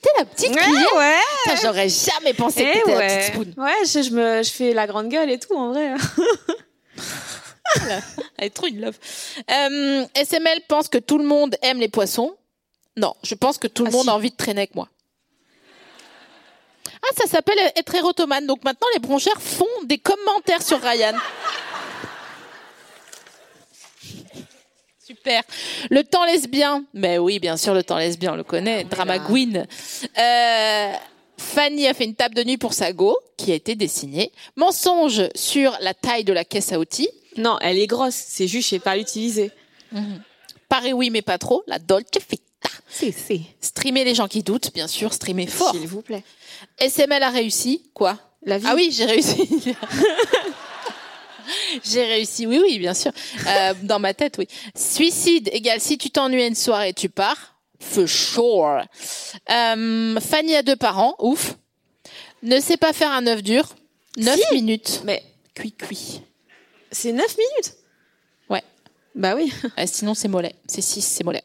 Speaker 2: T'es la petite cuillère.
Speaker 1: Eh ouais, Eh
Speaker 2: Putain, J'aurais jamais pensé que t'étais la petite spoon.
Speaker 1: Ouais, je, je me, je fais la grande gueule et tout, en vrai.
Speaker 2: Elle est trop une love. Euh, SML pense que tout le monde aime les poissons. Non, je pense que tout le
Speaker 1: Ah,
Speaker 2: monde
Speaker 1: si.
Speaker 2: a envie de traîner avec moi. Ah, ça s'appelle être érotomane. Donc maintenant, les bronchères font des commentaires sur Ryan. Super. Le temps lesbien. Mais oui, bien sûr, le temps lesbien, on le connaît. Drama
Speaker 1: Ah là.
Speaker 2: Queen. Euh, Fanny a fait une table de nuit pour sa go, qui a été dessinée. Mensonge sur la taille de la caisse à outils.
Speaker 1: Non, elle est grosse, c'est juste, je sais pas l'utiliser.
Speaker 2: Paris oui, mais pas trop. La Dolce Vita.
Speaker 1: C'est, c'est.
Speaker 2: Streamer les gens qui doutent, bien sûr. Streamer fort.
Speaker 1: S'il vous plaît.
Speaker 2: SML a réussi. Quoi
Speaker 1: La vie.
Speaker 2: Ah oui, j'ai réussi. j'ai réussi. Oui, oui, bien sûr. Euh, dans ma tête, oui. Suicide égale si tu t'ennuies à une soirée, tu pars. For sure. Euh, Fanny a deux parents. Ouf. Ne sait pas faire un œuf dur. Neuf minutes.
Speaker 1: Mais
Speaker 2: Cuit, cuit.
Speaker 1: c'est 9 minutes
Speaker 2: Ouais.
Speaker 1: Bah oui.
Speaker 2: Ah, sinon, c'est mollet. C'est 6, c'est mollet.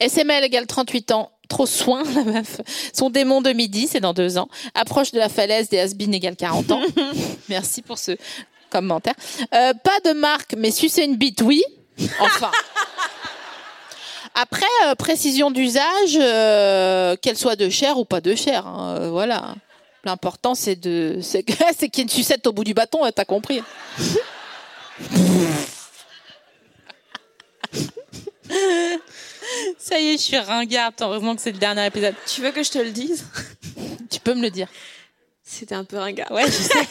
Speaker 2: SML égale 38 ans. Trop soin, la meuf. Son démon de midi, c'est dans deux ans. Approche de la falaise des has-been égale 40 ans. Merci pour ce commentaire. Euh, pas de marque, mais sucer une bite, oui. Enfin. Après, euh, précision d'usage, euh, qu'elle soit de chair ou pas de chair. hein, euh, voilà. L'important, c'est de, c'est que- c'est qu'il y ait une sucette au bout du bâton, hein, t'as compris. Ça y est, je suis ringarde. Heureusement que c'est le dernier épisode.
Speaker 1: Tu veux que je te le dise
Speaker 2: Tu peux me le dire.
Speaker 1: C'était un peu ringard.
Speaker 2: Ouais, je sais.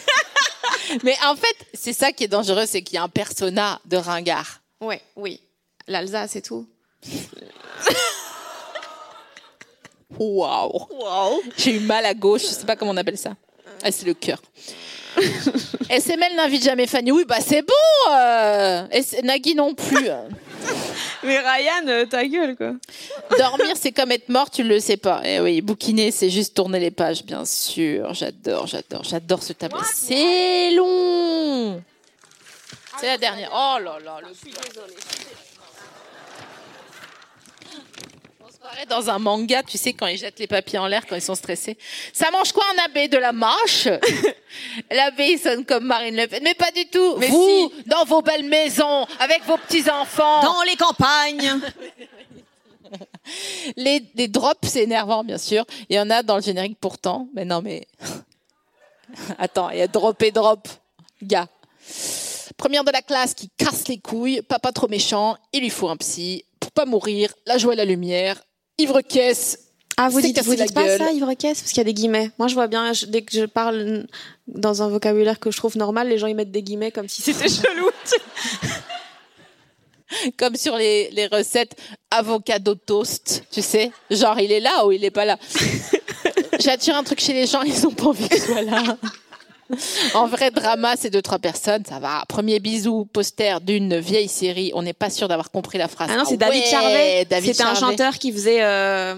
Speaker 2: Mais en fait, c'est ça qui est dangereux, c'est qu'il y a un persona de ringard.
Speaker 1: Ouais, oui. L'Alsace et tout.
Speaker 2: Waouh. J'ai eu mal à gauche, je sais pas comment on appelle ça. Ah, c'est le cœur. SML n'invite jamais Fanny. Oui, bah c'est bon. euh, et c'est- Nagui non plus. euh.
Speaker 1: Mais Ryan, euh, ta gueule, quoi.
Speaker 2: Dormir, c'est comme être mort, tu le sais pas. Eh oui, bouquiner, c'est juste tourner les pages, bien sûr. J'adore, j'adore, j'adore ce tableau. C'est long. C'est la dernière. Oh là là, le On se croirait dans un manga, tu sais, quand ils jettent les papiers en l'air, quand ils sont stressés. Ça mange quoi un abbé de la marche L'abbé il sonne comme Marine Le Pen, mais pas du tout.
Speaker 1: Mais
Speaker 2: Vous, dans vos belles maisons, avec vos petits enfants.
Speaker 1: les campagnes
Speaker 2: Les, les drops, c'est énervant, bien sûr. Il y en a dans le générique pourtant. Mais non, mais. Attends, il y a drop et drop. Gars. Première de la classe qui casse les couilles. Papa trop méchant. Il lui faut un psy. Pour pas mourir. La joie et la lumière. Ivre caisse.
Speaker 1: Ah, vous
Speaker 2: C'est
Speaker 1: dites,
Speaker 2: casser
Speaker 1: vous
Speaker 2: la
Speaker 1: dites pas
Speaker 2: gueule.
Speaker 1: ça, ivre caisse Parce qu'il y a des guillemets. Moi, je vois bien, je- dès que je parle n- dans un vocabulaire que je trouve normal, les gens, ils mettent des guillemets comme si c'était chelou.
Speaker 2: Comme sur les, les recettes avocado toast. Tu sais Genre, il est là ou il est pas là. J'attire un truc chez les gens, ils ont pas envie que je sois là. En vrai drama, c'est deux, trois personnes, ça va. Premier bisou, poster d'une vieille série. On n'est pas sûr d'avoir compris la phrase.
Speaker 1: Ah non, c'est
Speaker 2: Ah
Speaker 1: David
Speaker 2: ouais,
Speaker 1: Charvet.
Speaker 2: David
Speaker 1: C'était un
Speaker 2: Charvet.
Speaker 1: chanteur qui faisait. Euh...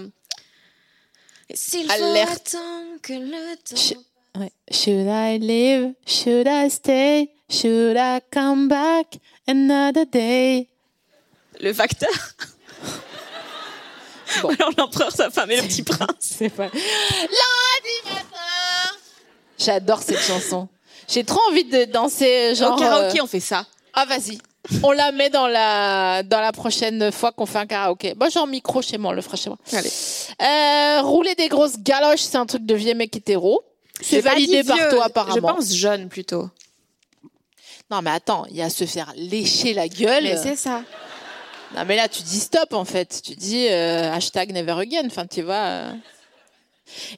Speaker 1: S'il faut
Speaker 2: Alerte.
Speaker 1: attendre que le temps-
Speaker 2: Ch- ouais. Should I live? Should I stay? Should I come back another day?
Speaker 1: Le facteur.
Speaker 2: Bon.
Speaker 1: Alors l'empereur, sa femme et le petit prince.
Speaker 2: C'est pas. L'animateur! J'adore cette chanson. J'ai trop envie de danser, genre.
Speaker 1: Au karaoké,
Speaker 2: euh,
Speaker 1: on fait ça.
Speaker 2: Ah, vas-y. On la met dans la, dans la prochaine fois qu'on fait un karaoké. Moi, j'ai un micro chez moi, on le fera chez moi.
Speaker 1: Allez.
Speaker 2: Euh, rouler des grosses galoches, c'est un truc de vieux mec hétéro. C'est validé par toi,
Speaker 1: Je
Speaker 2: apparemment.
Speaker 1: pense jeune plutôt.
Speaker 2: Non, mais attends, il y a se faire lécher la gueule.
Speaker 1: Mais c'est ça.
Speaker 2: non, mais là, tu dis stop, en fait. Tu dis euh, hashtag never again. Enfin, tu vois. euh.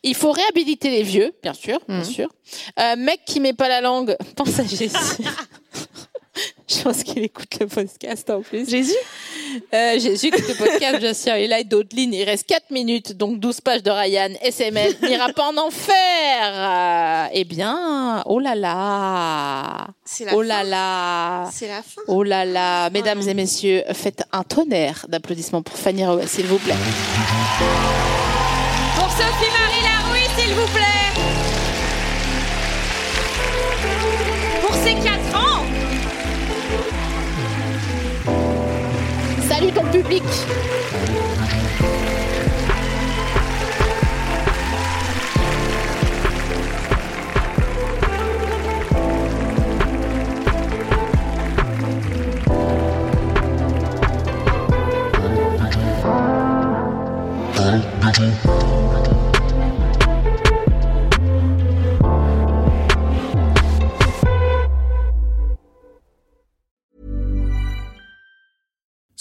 Speaker 2: Il faut réhabiliter les vieux, bien sûr, bien
Speaker 5: Mhm.
Speaker 2: sûr. Euh, mec qui met pas la langue, pense à Jésus. Je pense qu'il écoute le podcast en plus. Jésus Jésus écoute le podcast, bien sûr. Il a d'autres lignes. Il reste 4 minutes, donc 12 pages de Ryan. SMS n'ira pas en enfer. Euh, eh bien, oh là là.
Speaker 1: C'est la
Speaker 2: Oh
Speaker 1: fin.
Speaker 2: là là.
Speaker 1: C'est la fin.
Speaker 2: Oh là là, mesdames et messieurs, faites un tonnerre d'applaudissements pour Fanny Rowe, s'il vous plaît.
Speaker 6: Pour Sophie-Marie Larouille, s'il vous plaît. Pour ses 4 ans.
Speaker 2: Salut ton public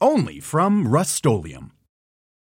Speaker 7: Only from Rust-Oleum.